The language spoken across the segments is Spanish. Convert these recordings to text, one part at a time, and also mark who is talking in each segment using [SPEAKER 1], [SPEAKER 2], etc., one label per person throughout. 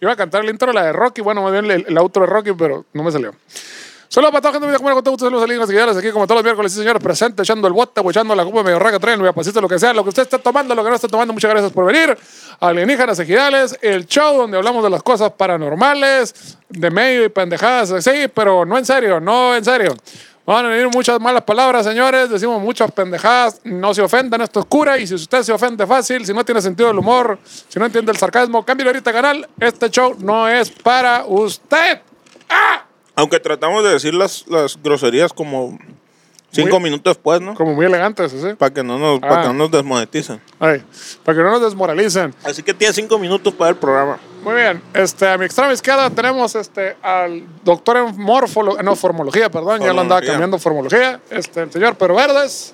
[SPEAKER 1] Iba a cantar el intro, la de Rocky. Bueno, más bien el, el outro de Rocky, pero no me salió. Saludos para toda gente, mira, como era, con todo gusto, saludos a las seguidores aquí como todos los miércoles, sí señores, presente, echando el bote, echando la copa medio raca, traen, medio pasito, lo que sea, lo que usted está tomando, lo que no está tomando, muchas gracias por venir. Alienígenas Ejidales, el show donde hablamos de las cosas paranormales, de medio y pendejadas, sí, pero no en serio, no en serio. Van a venir muchas malas palabras, señores. Decimos muchas pendejadas. No se ofendan, esto es cura. Y si usted se ofende fácil, si no tiene sentido el humor, si no entiende el sarcasmo, cambie ahorita canal. Este show no es para usted. ¡Ah!
[SPEAKER 2] Aunque tratamos de decir las, las groserías como cinco minutos después, ¿no?
[SPEAKER 1] Como muy elegantes, ¿sí?
[SPEAKER 2] Para que no nos, para
[SPEAKER 1] Ah.
[SPEAKER 2] que no nos desmoneticen.
[SPEAKER 1] Ay, para que no nos desmoralicen.
[SPEAKER 2] Así que tiene cinco minutos para el programa.
[SPEAKER 1] Muy bien. Este, a mi extrema izquierda tenemos este, al doctor en morfolo- no, formología, perdón. Ya lo andaba
[SPEAKER 2] Formología.
[SPEAKER 1] cambiando formología. Este, el señor Pero Verdes.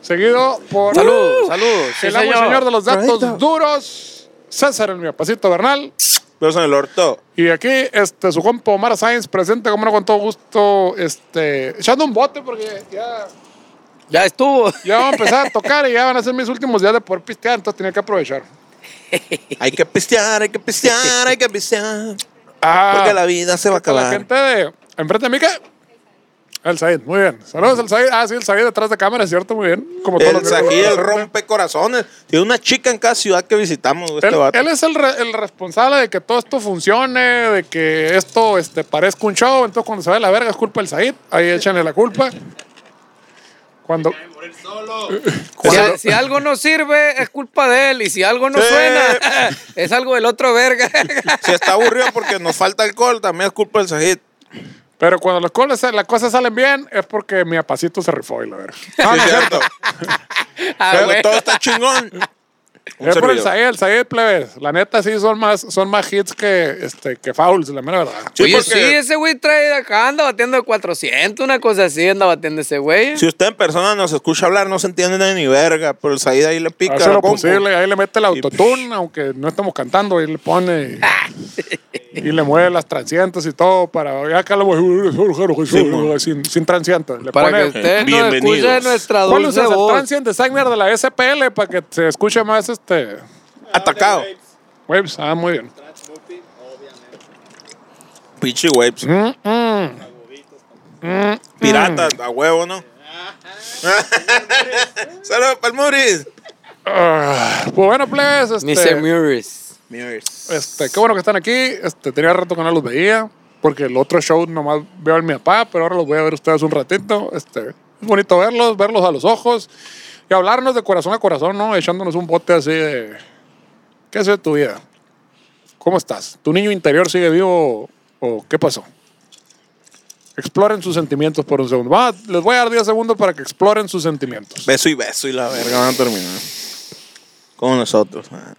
[SPEAKER 1] Seguido por.
[SPEAKER 3] Saludos, saludos. Sí,
[SPEAKER 1] el amo y
[SPEAKER 3] señor.
[SPEAKER 1] señor de los datos
[SPEAKER 2] Correcto.
[SPEAKER 1] duros, César el miapacito Bernal.
[SPEAKER 2] Pero en el orto.
[SPEAKER 1] Y aquí, este, su compa Omar Sainz presente, como no, con todo gusto, este, echando un bote porque ya,
[SPEAKER 3] Ya estuvo.
[SPEAKER 1] ya van a empezar a tocar y ya van a ser mis últimos días de poder pistear, entonces tenía que aprovechar.
[SPEAKER 2] Hay que pistear, hay que pistear, hay que pistear.
[SPEAKER 1] Ah,
[SPEAKER 2] Porque la vida se va a
[SPEAKER 1] porque La
[SPEAKER 2] acabar.
[SPEAKER 1] gente de, enfrente de mí, ¿qué? El Said, muy bien. Saludos al Said. Ah, sí, el Said detrás de cámara, es cierto, muy bien. Como todos
[SPEAKER 2] El
[SPEAKER 1] los
[SPEAKER 2] Sají,
[SPEAKER 1] miércoles.
[SPEAKER 2] el rompecorazones. Tiene una chica en cada ciudad que visitamos, güey, este
[SPEAKER 1] Él,
[SPEAKER 2] vato.
[SPEAKER 1] él es el, re- el responsable de que todo esto funcione, de que esto este, parezca un show. Entonces, cuando se va a la verga, es culpa del Said. Ahí échenle la culpa. Cuando.
[SPEAKER 3] Si, a- si algo no sirve, es culpa de él. Y si algo no
[SPEAKER 2] Sí.
[SPEAKER 3] suena, es algo del otro verga.
[SPEAKER 2] Si está aburrido porque nos falta alcohol, también es culpa del Sajid.
[SPEAKER 1] Pero cuando las cosas, las cosas salen bien, es porque mi apacito se rifó y la verga.
[SPEAKER 2] sí, es cierto.
[SPEAKER 1] Ah,
[SPEAKER 3] Ah,
[SPEAKER 2] Pero
[SPEAKER 3] güey.
[SPEAKER 2] todo está chingón. Un
[SPEAKER 1] es por el
[SPEAKER 2] servidor.
[SPEAKER 1] Said, el Said plebes. La neta, sí, son más, son más hits que, este, que fouls, la mera verdad.
[SPEAKER 2] Sí,
[SPEAKER 3] Oye,
[SPEAKER 2] porque-
[SPEAKER 3] sí, ese güey trae acá, anda batiendo de 400, una cosa así, anda batiendo ese güey.
[SPEAKER 2] Si usted en persona nos escucha hablar, no se entiende ni verga, pero el Said ahí le pica.
[SPEAKER 1] Hace
[SPEAKER 2] la
[SPEAKER 1] lo
[SPEAKER 2] compu.
[SPEAKER 1] posible, ahí le mete el autotune, aunque no estamos cantando, ahí le pone y, y le mueve las transientes y todo para ya acá lo sin, sin transientes. Le
[SPEAKER 3] Para
[SPEAKER 1] pone,
[SPEAKER 3] que usted no
[SPEAKER 2] Bienvenidos.
[SPEAKER 3] escuche nuestra
[SPEAKER 1] ¿Cuál
[SPEAKER 3] dulce
[SPEAKER 1] usas? El
[SPEAKER 3] voz.
[SPEAKER 1] transient de Sagner de la SPL para que se escuche más este
[SPEAKER 2] Atacado.
[SPEAKER 1] waves. Ah, muy bien.
[SPEAKER 2] Pichi Waves. Pirata, a huevo, ¿no? Saludos para el Muris.
[SPEAKER 1] Ah, pues bueno, plebes,
[SPEAKER 3] Mr.
[SPEAKER 1] este,
[SPEAKER 3] Muris.
[SPEAKER 1] este, qué bueno que están aquí. Este, tenía rato que no los veía porque el otro show nomás veo a mi papá, pero ahora los voy a ver ustedes un ratito. Este, es bonito verlos, verlos a los ojos y hablarnos de corazón a corazón, ¿no? Echándonos un bote así de ¿qué es de tu vida? ¿Cómo estás? ¿Tu niño interior sigue vivo o qué pasó? Exploren sus sentimientos por un segundo. Va, les voy a dar 10 segundos para que exploren sus sentimientos.
[SPEAKER 2] Beso y beso y la verga van a terminar. Como nosotros. ah.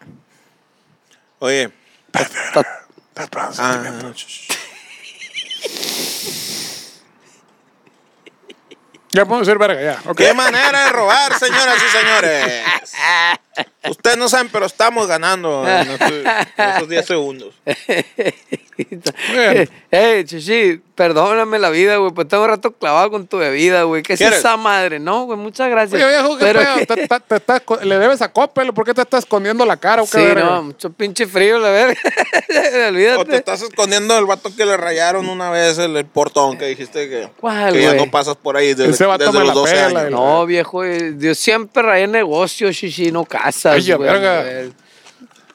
[SPEAKER 2] Oye. Ah,
[SPEAKER 1] Ya podemos decir verga, ya. ok.
[SPEAKER 2] ¡Qué manera de robar, señoras y señores! Ustedes no saben, pero estamos ganando en estos- en esos 10 segundos.
[SPEAKER 1] bien.
[SPEAKER 3] Ey, Chichi, perdóname la vida, güey, pues tengo un rato clavado con tu bebida, güey. ¿Qué es
[SPEAKER 2] ¿Quieres?
[SPEAKER 3] esa madre? No, güey, muchas gracias.
[SPEAKER 1] Oye, viejo, ¿qué
[SPEAKER 3] Pero-
[SPEAKER 1] pedo? Te- te- te estás co- ¿Le debes a Coppel? ¿Por qué te estás escondiendo la cara o qué
[SPEAKER 3] Sí,
[SPEAKER 1] verga?
[SPEAKER 3] no, mucho pinche frío, la verga. Olvídate.
[SPEAKER 2] O te estás escondiendo del vato que le rayaron una vez el, el portón que dijiste que,
[SPEAKER 3] ¿Cuál,
[SPEAKER 2] que ya
[SPEAKER 3] güey?
[SPEAKER 2] no pasas por ahí desde,
[SPEAKER 1] Ese vato
[SPEAKER 2] desde
[SPEAKER 1] me
[SPEAKER 2] los
[SPEAKER 1] la
[SPEAKER 2] 12
[SPEAKER 1] pela,
[SPEAKER 2] años.
[SPEAKER 3] No, viejo, eh, yo siempre rayé negocios, chichi, no casas,
[SPEAKER 1] Oye,
[SPEAKER 3] güey.
[SPEAKER 1] verga.
[SPEAKER 3] güey.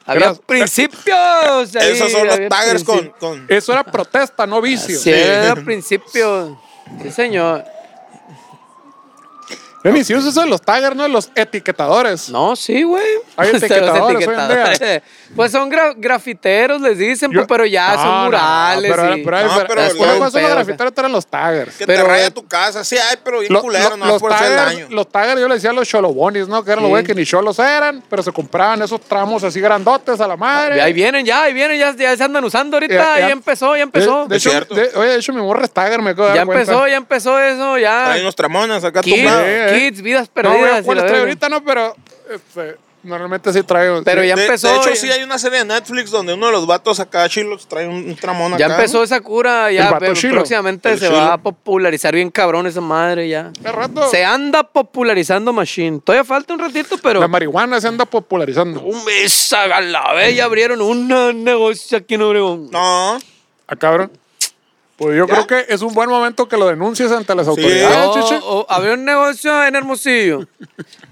[SPEAKER 3] Había
[SPEAKER 1] Eras-
[SPEAKER 3] principios. ahí,
[SPEAKER 2] Esos son los
[SPEAKER 3] había
[SPEAKER 2] taggers con,
[SPEAKER 3] principios.
[SPEAKER 2] con-
[SPEAKER 1] Eso era protesta, no vicio.
[SPEAKER 3] Sí, era principios. Sí, señor.
[SPEAKER 1] Lenny, si usas eso de los taggers, ¿no? Los etiquetadores.
[SPEAKER 3] No, sí, güey.
[SPEAKER 1] Hay
[SPEAKER 3] Los
[SPEAKER 1] etiquetadores hoy en
[SPEAKER 3] etiquetadores. Pues son gra- grafiteros, les dicen,
[SPEAKER 1] Yo-
[SPEAKER 3] pues, pero
[SPEAKER 1] No,
[SPEAKER 3] ya son
[SPEAKER 1] no, no,
[SPEAKER 3] murales.
[SPEAKER 1] pero,
[SPEAKER 3] y-
[SPEAKER 1] pero, hay-
[SPEAKER 2] No,
[SPEAKER 1] pero,
[SPEAKER 2] pero
[SPEAKER 1] una cosa
[SPEAKER 2] luego
[SPEAKER 1] son
[SPEAKER 3] pedo,
[SPEAKER 1] los
[SPEAKER 3] o sea.
[SPEAKER 1] grafiteros, eran los taggers.
[SPEAKER 2] Que
[SPEAKER 3] Pero,
[SPEAKER 2] te raya
[SPEAKER 3] eh,
[SPEAKER 2] tu casa. Sí, hay, pero bien
[SPEAKER 1] Lo-
[SPEAKER 2] culero,
[SPEAKER 1] lo-
[SPEAKER 2] no
[SPEAKER 1] los,
[SPEAKER 2] por hacer daño.
[SPEAKER 1] taggers, los taggers, yo le decía a los cholobonis, ¿no? Que eran los
[SPEAKER 3] Sí.
[SPEAKER 1] güeyes que ni cholos eran, pero se compraban esos tramos así grandotes a la madre.
[SPEAKER 3] Ahí vienen, ya, ahí vienen, ya, ya se andan usando ahorita.
[SPEAKER 1] Ya- Eh, ya-
[SPEAKER 3] ya empezó, ya
[SPEAKER 1] De-
[SPEAKER 3] empezó.
[SPEAKER 1] De,
[SPEAKER 2] Es
[SPEAKER 1] hecho,
[SPEAKER 2] cierto.
[SPEAKER 1] de- oye, de hecho, mi morra es tagger, me acabo de
[SPEAKER 3] ya
[SPEAKER 1] dar cuenta.
[SPEAKER 3] empezó, ya empezó eso, ya.
[SPEAKER 2] Hay unos tramones acá
[SPEAKER 3] Kids,
[SPEAKER 1] tumbado,
[SPEAKER 2] tumbados.
[SPEAKER 1] eh.
[SPEAKER 3] kids, vidas
[SPEAKER 1] No,
[SPEAKER 3] perdidas.
[SPEAKER 1] veo
[SPEAKER 3] y
[SPEAKER 1] cuál
[SPEAKER 3] la
[SPEAKER 1] estoy
[SPEAKER 3] verga.
[SPEAKER 1] ahorita, no, pero este, normalmente sí traigo.
[SPEAKER 3] Pero
[SPEAKER 1] sí.
[SPEAKER 3] ya
[SPEAKER 2] De-
[SPEAKER 3] empezó, eh.
[SPEAKER 2] De, hecho,
[SPEAKER 3] ya.
[SPEAKER 2] sí hay una serie de Netflix donde uno de los vatos acá chilos trae un, un tramón
[SPEAKER 3] Ya
[SPEAKER 2] acá.
[SPEAKER 3] empezó esa cura, ya
[SPEAKER 1] vato
[SPEAKER 3] pero
[SPEAKER 1] chilo.
[SPEAKER 3] próximamente
[SPEAKER 2] El
[SPEAKER 3] se va
[SPEAKER 2] chilo.
[SPEAKER 3] a popularizar bien cabrón esa madre ya.
[SPEAKER 1] Qué rato.
[SPEAKER 3] Se anda popularizando Machine. Todavía falta un ratito,
[SPEAKER 1] La
[SPEAKER 3] pero
[SPEAKER 1] marihuana se anda popularizando.
[SPEAKER 3] un mes a la vez ya abrieron un negocio aquí en Obregón.
[SPEAKER 2] No.
[SPEAKER 1] Ah, cabrón. Pues yo creo que es un buen momento que lo denuncies ante las autoridades,
[SPEAKER 3] Oh,
[SPEAKER 1] chiche.
[SPEAKER 3] oh, abrió un negocio en Hermosillo.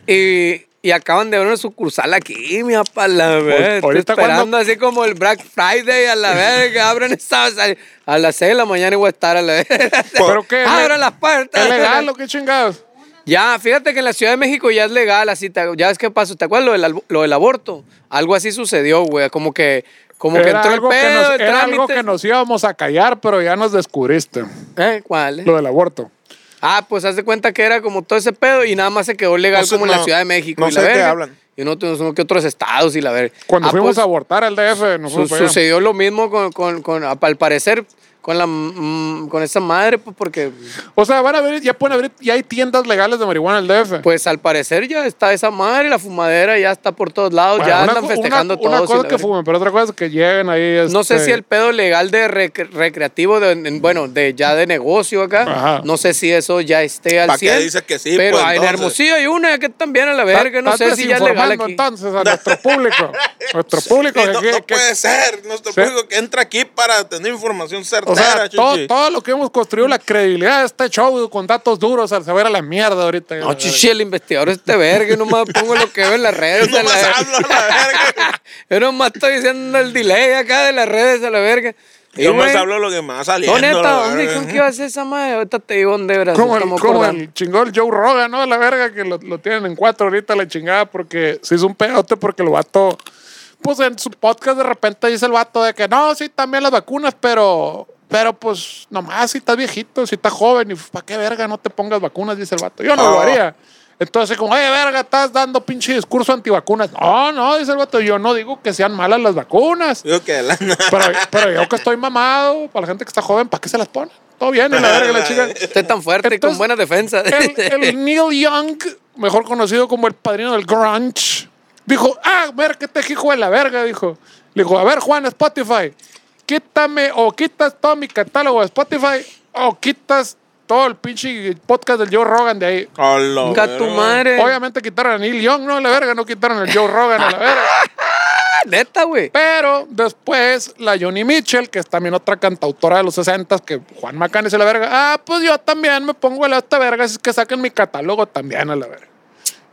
[SPEAKER 3] y, y acaban de abrir una sucursal aquí, mi papá, la verga. Estoy
[SPEAKER 1] ahorita cuando-
[SPEAKER 3] esperando así como el Black Friday a la verga. Abren esta, a las 6 de la mañana y voy a estar a la verga.
[SPEAKER 1] ¿Pero qué?
[SPEAKER 3] Abran las puertas.
[SPEAKER 1] ¿Es legal o qué chingados?
[SPEAKER 3] Ya, fíjate que en la Ciudad de México ya es legal, así, te- ya es que pasó, ¿te acuerdas lo del, al- lo del aborto? Algo así sucedió, güey, como que, como que
[SPEAKER 1] Era
[SPEAKER 3] entró el
[SPEAKER 1] algo
[SPEAKER 3] pedo,
[SPEAKER 1] que nos-
[SPEAKER 3] el
[SPEAKER 1] era algo
[SPEAKER 3] trámite.
[SPEAKER 1] que nos íbamos a callar, pero ya nos descubriste.
[SPEAKER 3] ¿Eh? ¿Cuál? eh?
[SPEAKER 1] Lo del aborto.
[SPEAKER 3] Ah, pues haz de cuenta que era como todo ese pedo y nada más se quedó legal
[SPEAKER 2] No sé,
[SPEAKER 3] como en la
[SPEAKER 2] no,
[SPEAKER 3] Ciudad de México
[SPEAKER 2] no
[SPEAKER 3] y la
[SPEAKER 2] sé de qué
[SPEAKER 3] verga.
[SPEAKER 2] hablan.
[SPEAKER 3] Y no tenemos que otros estados y la verga.
[SPEAKER 1] Cuando
[SPEAKER 3] Ah,
[SPEAKER 1] fuimos
[SPEAKER 3] pues,
[SPEAKER 1] a abortar al DF, nos
[SPEAKER 3] su-
[SPEAKER 1] fuimos para allá.
[SPEAKER 3] sucedió lo mismo con, con, con, al parecer, con la, mm, con esa madre, pues porque,
[SPEAKER 1] O sea, van a ver, ya pueden abrir, ya hay tiendas legales de marihuana en el DF.
[SPEAKER 3] pues al parecer ya está esa madre, la fumadera ya está por todos lados,
[SPEAKER 1] Bueno,
[SPEAKER 3] ya
[SPEAKER 1] una
[SPEAKER 3] andan
[SPEAKER 1] co-
[SPEAKER 3] festejando
[SPEAKER 1] una,
[SPEAKER 3] todos.
[SPEAKER 1] Una
[SPEAKER 3] y
[SPEAKER 1] cosa
[SPEAKER 3] la
[SPEAKER 1] es que
[SPEAKER 3] verga.
[SPEAKER 1] fumen, pero otra cosa es que lleguen ahí.
[SPEAKER 3] No sé
[SPEAKER 1] este,
[SPEAKER 3] si el pedo legal de rec- recreativo, de, en- bueno, de ya de negocio acá,
[SPEAKER 1] Ajá.
[SPEAKER 3] no sé si eso ya esté al
[SPEAKER 2] ¿Pa' qué
[SPEAKER 3] 100.
[SPEAKER 2] dices que sí,
[SPEAKER 3] Pero
[SPEAKER 2] pues,
[SPEAKER 3] hay en
[SPEAKER 2] entonces?
[SPEAKER 3] Hermosillo hay una que también a la
[SPEAKER 1] ta-
[SPEAKER 3] verga, no
[SPEAKER 1] estás
[SPEAKER 3] sé si ya es legal
[SPEAKER 1] desinformando
[SPEAKER 3] aquí.
[SPEAKER 1] entonces a nuestro público. nuestro público.
[SPEAKER 2] Sí,
[SPEAKER 1] que-
[SPEAKER 2] no,
[SPEAKER 1] que-
[SPEAKER 2] no
[SPEAKER 1] que-
[SPEAKER 2] puede ser. Nuestro
[SPEAKER 1] Sí.
[SPEAKER 2] público que entra aquí para tener información
[SPEAKER 1] o
[SPEAKER 2] certera,
[SPEAKER 1] sea, todo,
[SPEAKER 2] chichi.
[SPEAKER 1] todo lo que hemos construido, la credibilidad de este show con datos duros, al saber a la mierda ahorita.
[SPEAKER 3] No, chichi, el investigador este verga, yo nomás pongo lo que veo en las redes.
[SPEAKER 2] Yo
[SPEAKER 3] a la
[SPEAKER 2] nomás
[SPEAKER 3] verga.
[SPEAKER 2] hablo a la verga.
[SPEAKER 3] Yo nomás estoy diciendo el delay acá de las redes a la verga. Y,
[SPEAKER 2] Yo más
[SPEAKER 3] güey,
[SPEAKER 2] hablo lo que más saliendo.
[SPEAKER 3] No, neta,
[SPEAKER 2] la
[SPEAKER 3] ¿dónde
[SPEAKER 2] verga.
[SPEAKER 3] dijeron que iba a hacer esa madre? Ahorita te digo dónde, verás.
[SPEAKER 1] Como el,
[SPEAKER 3] estamos
[SPEAKER 1] como
[SPEAKER 3] acordando.
[SPEAKER 1] el chingón Joe Rogan, ¿no? La verga que lo, lo tienen en cuatro ahorita la chingada porque se hizo un pedote porque el vato, pues en su podcast de repente dice el vato de que no, sí, también las vacunas, pero, pero pues nomás si estás viejito, si estás joven y para qué verga no te pongas vacunas, dice el vato. Yo no lo
[SPEAKER 2] Ah.
[SPEAKER 1] haría. Entonces, como, oye, verga, estás dando pinche discurso antivacunas. No, no, dice el vato, yo no digo que sean malas las vacunas.
[SPEAKER 2] Digo que la
[SPEAKER 1] Pero, pero yo que estoy mamado, para la gente que está joven, ¿para qué se las pone? Todo bien, y la verga, y la chica.
[SPEAKER 3] Usted es tan fuerte y
[SPEAKER 1] Entonces,
[SPEAKER 3] con buena defensa.
[SPEAKER 1] El, el Neil Young, mejor conocido como el padrino del grunge, dijo, ah, ver que te hijo de la verga, dijo. Le dijo, a ver, Juan, Spotify, quítame o quitas todo mi catálogo de Spotify o quitas todo el pinche podcast del Joe Rogan de ahí.
[SPEAKER 3] Nunca tu madre.
[SPEAKER 1] Obviamente quitaron a Neil Young, no, a la verga, no quitaron al Joe Rogan, a la verga.
[SPEAKER 3] Neta, güey.
[SPEAKER 1] Pero después la Johnny Mitchell, que es también otra cantautora de los 60 que Juan Macán dice la verga, ah, pues yo también me pongo el esta verga, así es que saquen mi catálogo también a la verga.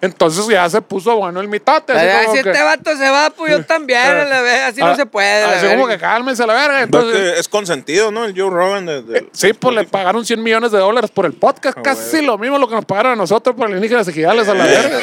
[SPEAKER 1] Entonces ya se puso bueno el mitote. así
[SPEAKER 3] Ah,
[SPEAKER 1] como
[SPEAKER 3] si
[SPEAKER 1] que-
[SPEAKER 3] este vato se va, pues yo también, a la vez, así
[SPEAKER 1] Ah,
[SPEAKER 3] no se puede. a la
[SPEAKER 1] Así como que
[SPEAKER 3] verga.
[SPEAKER 1] cálmense la verga. Entonces,
[SPEAKER 2] Es consentido, ¿no? El Joe Rogan. de- de-
[SPEAKER 1] sí, pues le pagaron 100 millones de dólares por el podcast,
[SPEAKER 2] eh, Ah,
[SPEAKER 1] casi lo mismo lo que nos pagaron a nosotros por alienígenas ejidales a la
[SPEAKER 2] Eh.
[SPEAKER 1] verga.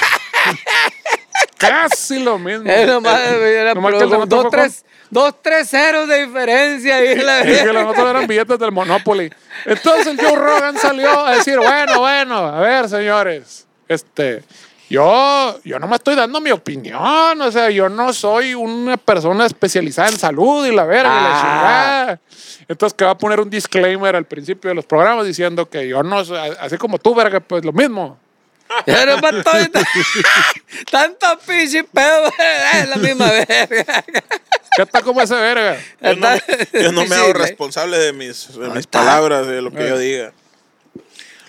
[SPEAKER 1] casi lo mismo.
[SPEAKER 3] Eh, nomás, güey, era
[SPEAKER 1] nomás
[SPEAKER 3] puro-
[SPEAKER 1] que el de
[SPEAKER 3] como
[SPEAKER 1] nosotros
[SPEAKER 3] dos,
[SPEAKER 1] fue con-
[SPEAKER 3] tres, dos, tres ceros de diferencia ahí, la
[SPEAKER 1] Y que
[SPEAKER 3] verga.
[SPEAKER 1] los otros eran billetes del Monopoly. Entonces el Joe Rogan salió a decir, bueno, bueno, a ver, señores, este, yo, yo no me estoy dando mi opinión, o sea, yo no soy una persona especializada en salud y la verga y la
[SPEAKER 3] Ah.
[SPEAKER 1] chingada. Entonces que va a poner un disclaimer al principio de los programas diciendo que yo no, soy- así como tú, verga, pues lo mismo.
[SPEAKER 3] Ya no mató y ta- Tanto pinche pedo, güey, es la misma verga.
[SPEAKER 1] ¿Qué está como ese verga?
[SPEAKER 2] Yo no, me- yo no me hago
[SPEAKER 3] Sí, güey.
[SPEAKER 2] responsable de mis, de mis
[SPEAKER 3] ¿eh? está. Eh.
[SPEAKER 2] palabras, de lo que yo diga.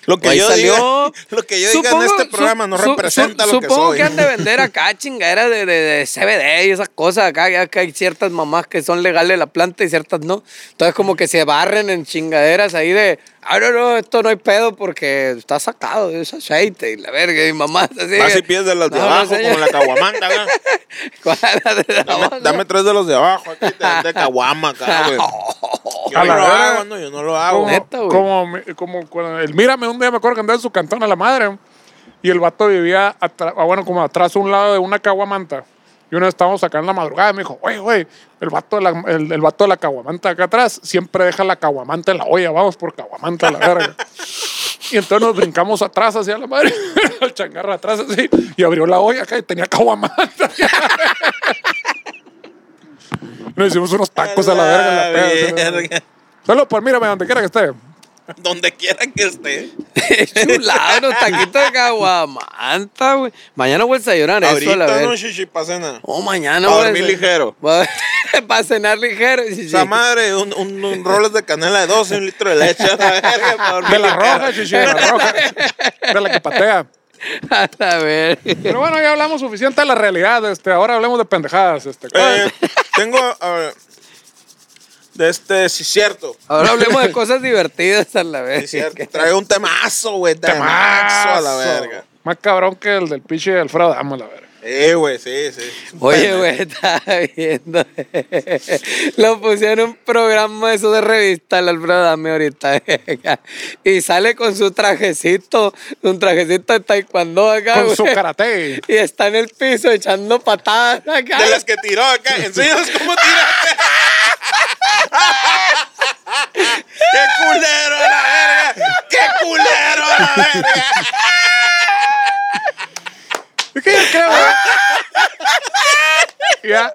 [SPEAKER 2] Lo que
[SPEAKER 3] Ahí
[SPEAKER 2] yo
[SPEAKER 3] salió.
[SPEAKER 2] diga, lo que yo diga en
[SPEAKER 3] Supongo-
[SPEAKER 2] este
[SPEAKER 3] su-
[SPEAKER 2] programa no
[SPEAKER 3] su- su-
[SPEAKER 2] representa lo que
[SPEAKER 3] Supongo
[SPEAKER 2] soy.
[SPEAKER 3] que han de vender acá chingadera de, de, de CBD y esas cosas. Acá, ya que hay ciertas mamás que son legales la planta y ciertas no. Entonces, como que se barren en chingaderas ahí de. Ah, no, no, esto no hay pedo porque está sacado de ese aceite y la verga. Y mamás así.
[SPEAKER 2] Vas y pies de las de
[SPEAKER 3] No, no,
[SPEAKER 2] abajo,
[SPEAKER 3] señor.
[SPEAKER 2] como la caguamanga, ¿verdad?
[SPEAKER 3] ¿Cuál era de la
[SPEAKER 2] Dame,
[SPEAKER 3] voz?
[SPEAKER 2] dame tres de los de abajo, aquí de, de caguama, acá, güey. Yo
[SPEAKER 1] A
[SPEAKER 2] no
[SPEAKER 1] la
[SPEAKER 2] lo
[SPEAKER 1] verga.
[SPEAKER 2] hago, no, yo no lo hago.
[SPEAKER 1] como,
[SPEAKER 3] Neta, güey.
[SPEAKER 1] como, mi- como cuando el Mírame un día me acuerdo que andaba en su cantón a la madre. Y el vato vivía, atra- ah, bueno, como atrás a un lado de una caguamanta. Y una vez estábamos acá en la madrugada y me dijo, güey, güey, el vato de la, el, el vato de la caguamanta acá atrás siempre deja la caguamanta en la olla, vamos por caguamanta a la verga. Y entonces nos brincamos atrás hacia la madre, el changarra atrás así, y abrió la olla acá y tenía caguamanta. Nos hicimos unos tacos a la verga en la peda, así,
[SPEAKER 2] verga.
[SPEAKER 1] Solo pues mírame donde quiera que esté.
[SPEAKER 2] Donde quiera que esté.
[SPEAKER 3] Chulado, unos taquitos de caguamanta, güey. Mañana voy a desayunar eso, a la
[SPEAKER 2] Ahorita
[SPEAKER 3] vez.
[SPEAKER 2] no, chichi, pa' cena.
[SPEAKER 3] Oh, mañana
[SPEAKER 2] Pa'
[SPEAKER 3] voy a
[SPEAKER 2] dormir
[SPEAKER 3] desay-
[SPEAKER 2] ligero.
[SPEAKER 3] voy a- Para cenar ligero. sí, sí.
[SPEAKER 2] Esa madre, un, un, un roles de canela de 12, un litro de leche. a la verga, pa' dormir
[SPEAKER 1] De la
[SPEAKER 2] ligero.
[SPEAKER 1] roja, chichi, de la roja. De la que patea.
[SPEAKER 3] A la verga.
[SPEAKER 1] Pero bueno, ya hablamos suficiente de la realidad. Este, ahora hablemos de pendejadas. Este,
[SPEAKER 2] Eh, tengo. a ver, de este, sí, cierto.
[SPEAKER 3] Ahora hablemos de cosas divertidas a la
[SPEAKER 2] Sí,
[SPEAKER 3] vez.
[SPEAKER 2] cierto. Trae un temazo, güey. Temazo. a la verga.
[SPEAKER 1] Más cabrón que el del pinche de Alfredo Dama, la verga.
[SPEAKER 2] Eh, güey, sí, sí.
[SPEAKER 3] Oye, güey, estaba viendo. Lo pusieron en un programa eso de revista, el Alfredo Dame ahorita. Y sale con su trajecito, un trajecito de taekwondo acá,
[SPEAKER 1] Con su
[SPEAKER 3] güey.
[SPEAKER 1] karate.
[SPEAKER 3] Y está en el piso echando patadas acá.
[SPEAKER 2] De las que tiró acá. Enséñanos cómo tiraste. ¡Qué culero a la verga! ¡Qué culero a la verga!
[SPEAKER 1] Es que yo creo, güey. Ya,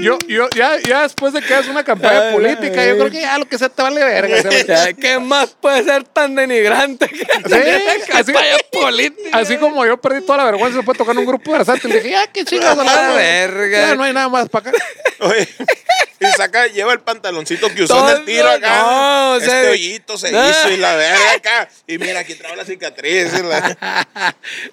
[SPEAKER 1] yo, yo, ya, ya después de que hagas una campaña
[SPEAKER 3] Ay,
[SPEAKER 1] política, yo
[SPEAKER 3] ay.
[SPEAKER 1] creo que ya lo que sea te vale verga. se vale-
[SPEAKER 3] Ya, ¿Qué más puede ser tan denigrante que
[SPEAKER 1] así-
[SPEAKER 3] vaya política?
[SPEAKER 1] Así como yo perdí toda la vergüenza después de tocar en un grupo versátil, dije, ya, qué chingados.
[SPEAKER 3] A la
[SPEAKER 1] hablamos.
[SPEAKER 3] verga.
[SPEAKER 1] Ya no hay nada más para acá.
[SPEAKER 2] Oye, y saca, lleva el pantaloncito que usó en
[SPEAKER 3] Todo,
[SPEAKER 2] el tiro acá.
[SPEAKER 3] no, o
[SPEAKER 2] este
[SPEAKER 3] sea,
[SPEAKER 2] hoyito se
[SPEAKER 3] no.
[SPEAKER 2] hizo y la verga acá. Y mira, aquí trae la cicatriz. y la-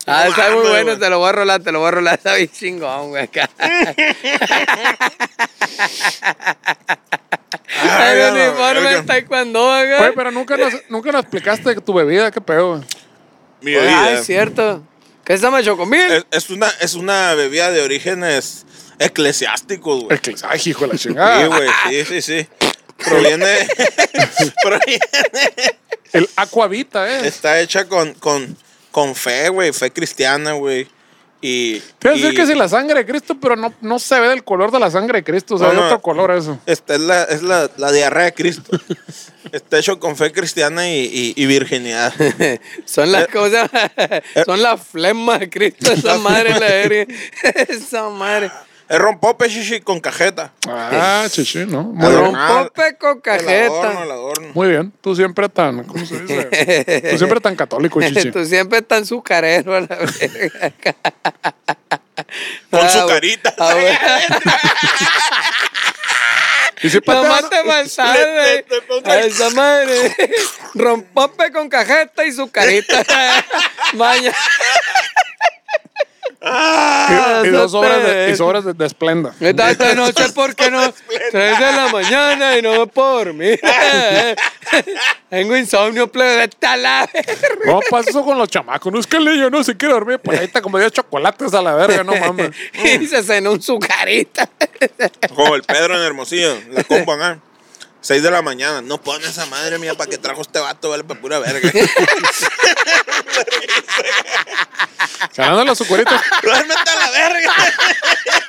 [SPEAKER 3] Ah, está muy
[SPEAKER 2] Mames,
[SPEAKER 3] bueno,
[SPEAKER 2] güey. Ah,
[SPEAKER 3] te lo voy a rolar, te lo voy a rolar, está bien chingón, güey, acá.
[SPEAKER 2] Ay,
[SPEAKER 3] el
[SPEAKER 2] a la
[SPEAKER 3] uniforme
[SPEAKER 2] verga.
[SPEAKER 3] de taekwondo, acá.
[SPEAKER 1] Güey, pero nunca nos, nunca nos explicaste tu bebida, qué pedo. güey.
[SPEAKER 2] Mi bebida.
[SPEAKER 3] Ah, es cierto. ¿Qué se llama Chocomil?
[SPEAKER 2] es, es una, es una bebida de orígenes eclesiásticos, güey.
[SPEAKER 1] Eclis- Ay, hijo de la
[SPEAKER 2] Sí,
[SPEAKER 1] chingada.
[SPEAKER 2] güey, sí, sí, sí. Proviene, proviene-
[SPEAKER 1] El Aquavita, ¿eh?
[SPEAKER 2] Está hecha con, con, con fe, güey, fe cristiana, güey. Y,
[SPEAKER 1] Te iba a decir
[SPEAKER 2] y-
[SPEAKER 1] que si la sangre de Cristo, pero no, no se ve del color de la sangre de Cristo, o sea,
[SPEAKER 2] No,
[SPEAKER 1] hay
[SPEAKER 2] no.
[SPEAKER 1] otro color eso.
[SPEAKER 2] Esta es la, es la, la diarrea de Cristo. Está hecho con fe cristiana y, y- y virginidad.
[SPEAKER 3] Son
[SPEAKER 2] eh,
[SPEAKER 3] las cosas, son las flemas de Cristo, esa madre la verga. Esa madre.
[SPEAKER 2] Es rompope, chichi, con cajeta.
[SPEAKER 1] Ah, chichi, ¿no? Muy
[SPEAKER 2] Claro.
[SPEAKER 1] bien.
[SPEAKER 3] Rompope con
[SPEAKER 2] El adorno, el
[SPEAKER 3] cajeta.
[SPEAKER 2] adorno.
[SPEAKER 1] Muy bien. Tú siempre tan, ¿cómo se dice? Tú siempre tan católico, chichi.
[SPEAKER 3] Tú siempre tan sucarero a la verga.
[SPEAKER 2] Con su
[SPEAKER 3] Ah,
[SPEAKER 2] carita.
[SPEAKER 3] ah, güey.
[SPEAKER 1] Y si pateas,
[SPEAKER 3] Nomás te faltaba,
[SPEAKER 2] Le-
[SPEAKER 3] güey.
[SPEAKER 2] le- le pongo
[SPEAKER 3] eh. A
[SPEAKER 2] el-
[SPEAKER 3] esa madre. Rompope con cajeta y su carita. Maña.
[SPEAKER 2] Ah,
[SPEAKER 1] y, y dos
[SPEAKER 3] Eso
[SPEAKER 1] obras de,
[SPEAKER 3] te-
[SPEAKER 1] y sobras de, de esplenda.
[SPEAKER 3] Esta, esta noche, ¿por qué no? Tres de la mañana y no me puedo dormir. Tengo insomnio, plebe. Vete a la verga.
[SPEAKER 1] No, pasa eso con los chamacos. No es que le yo no se quiere dormir. Por ahí está como 10 chocolates a la verga, no mames.
[SPEAKER 3] Y se cenó un sucarita.
[SPEAKER 2] Como el Pedro en Hermosillo, la compa acá. 6 de la mañana. No pones esa madre mía para que trajo este vato, vale para pura verga.
[SPEAKER 1] Ganando las sucuritas.
[SPEAKER 2] Duérmete a la verga.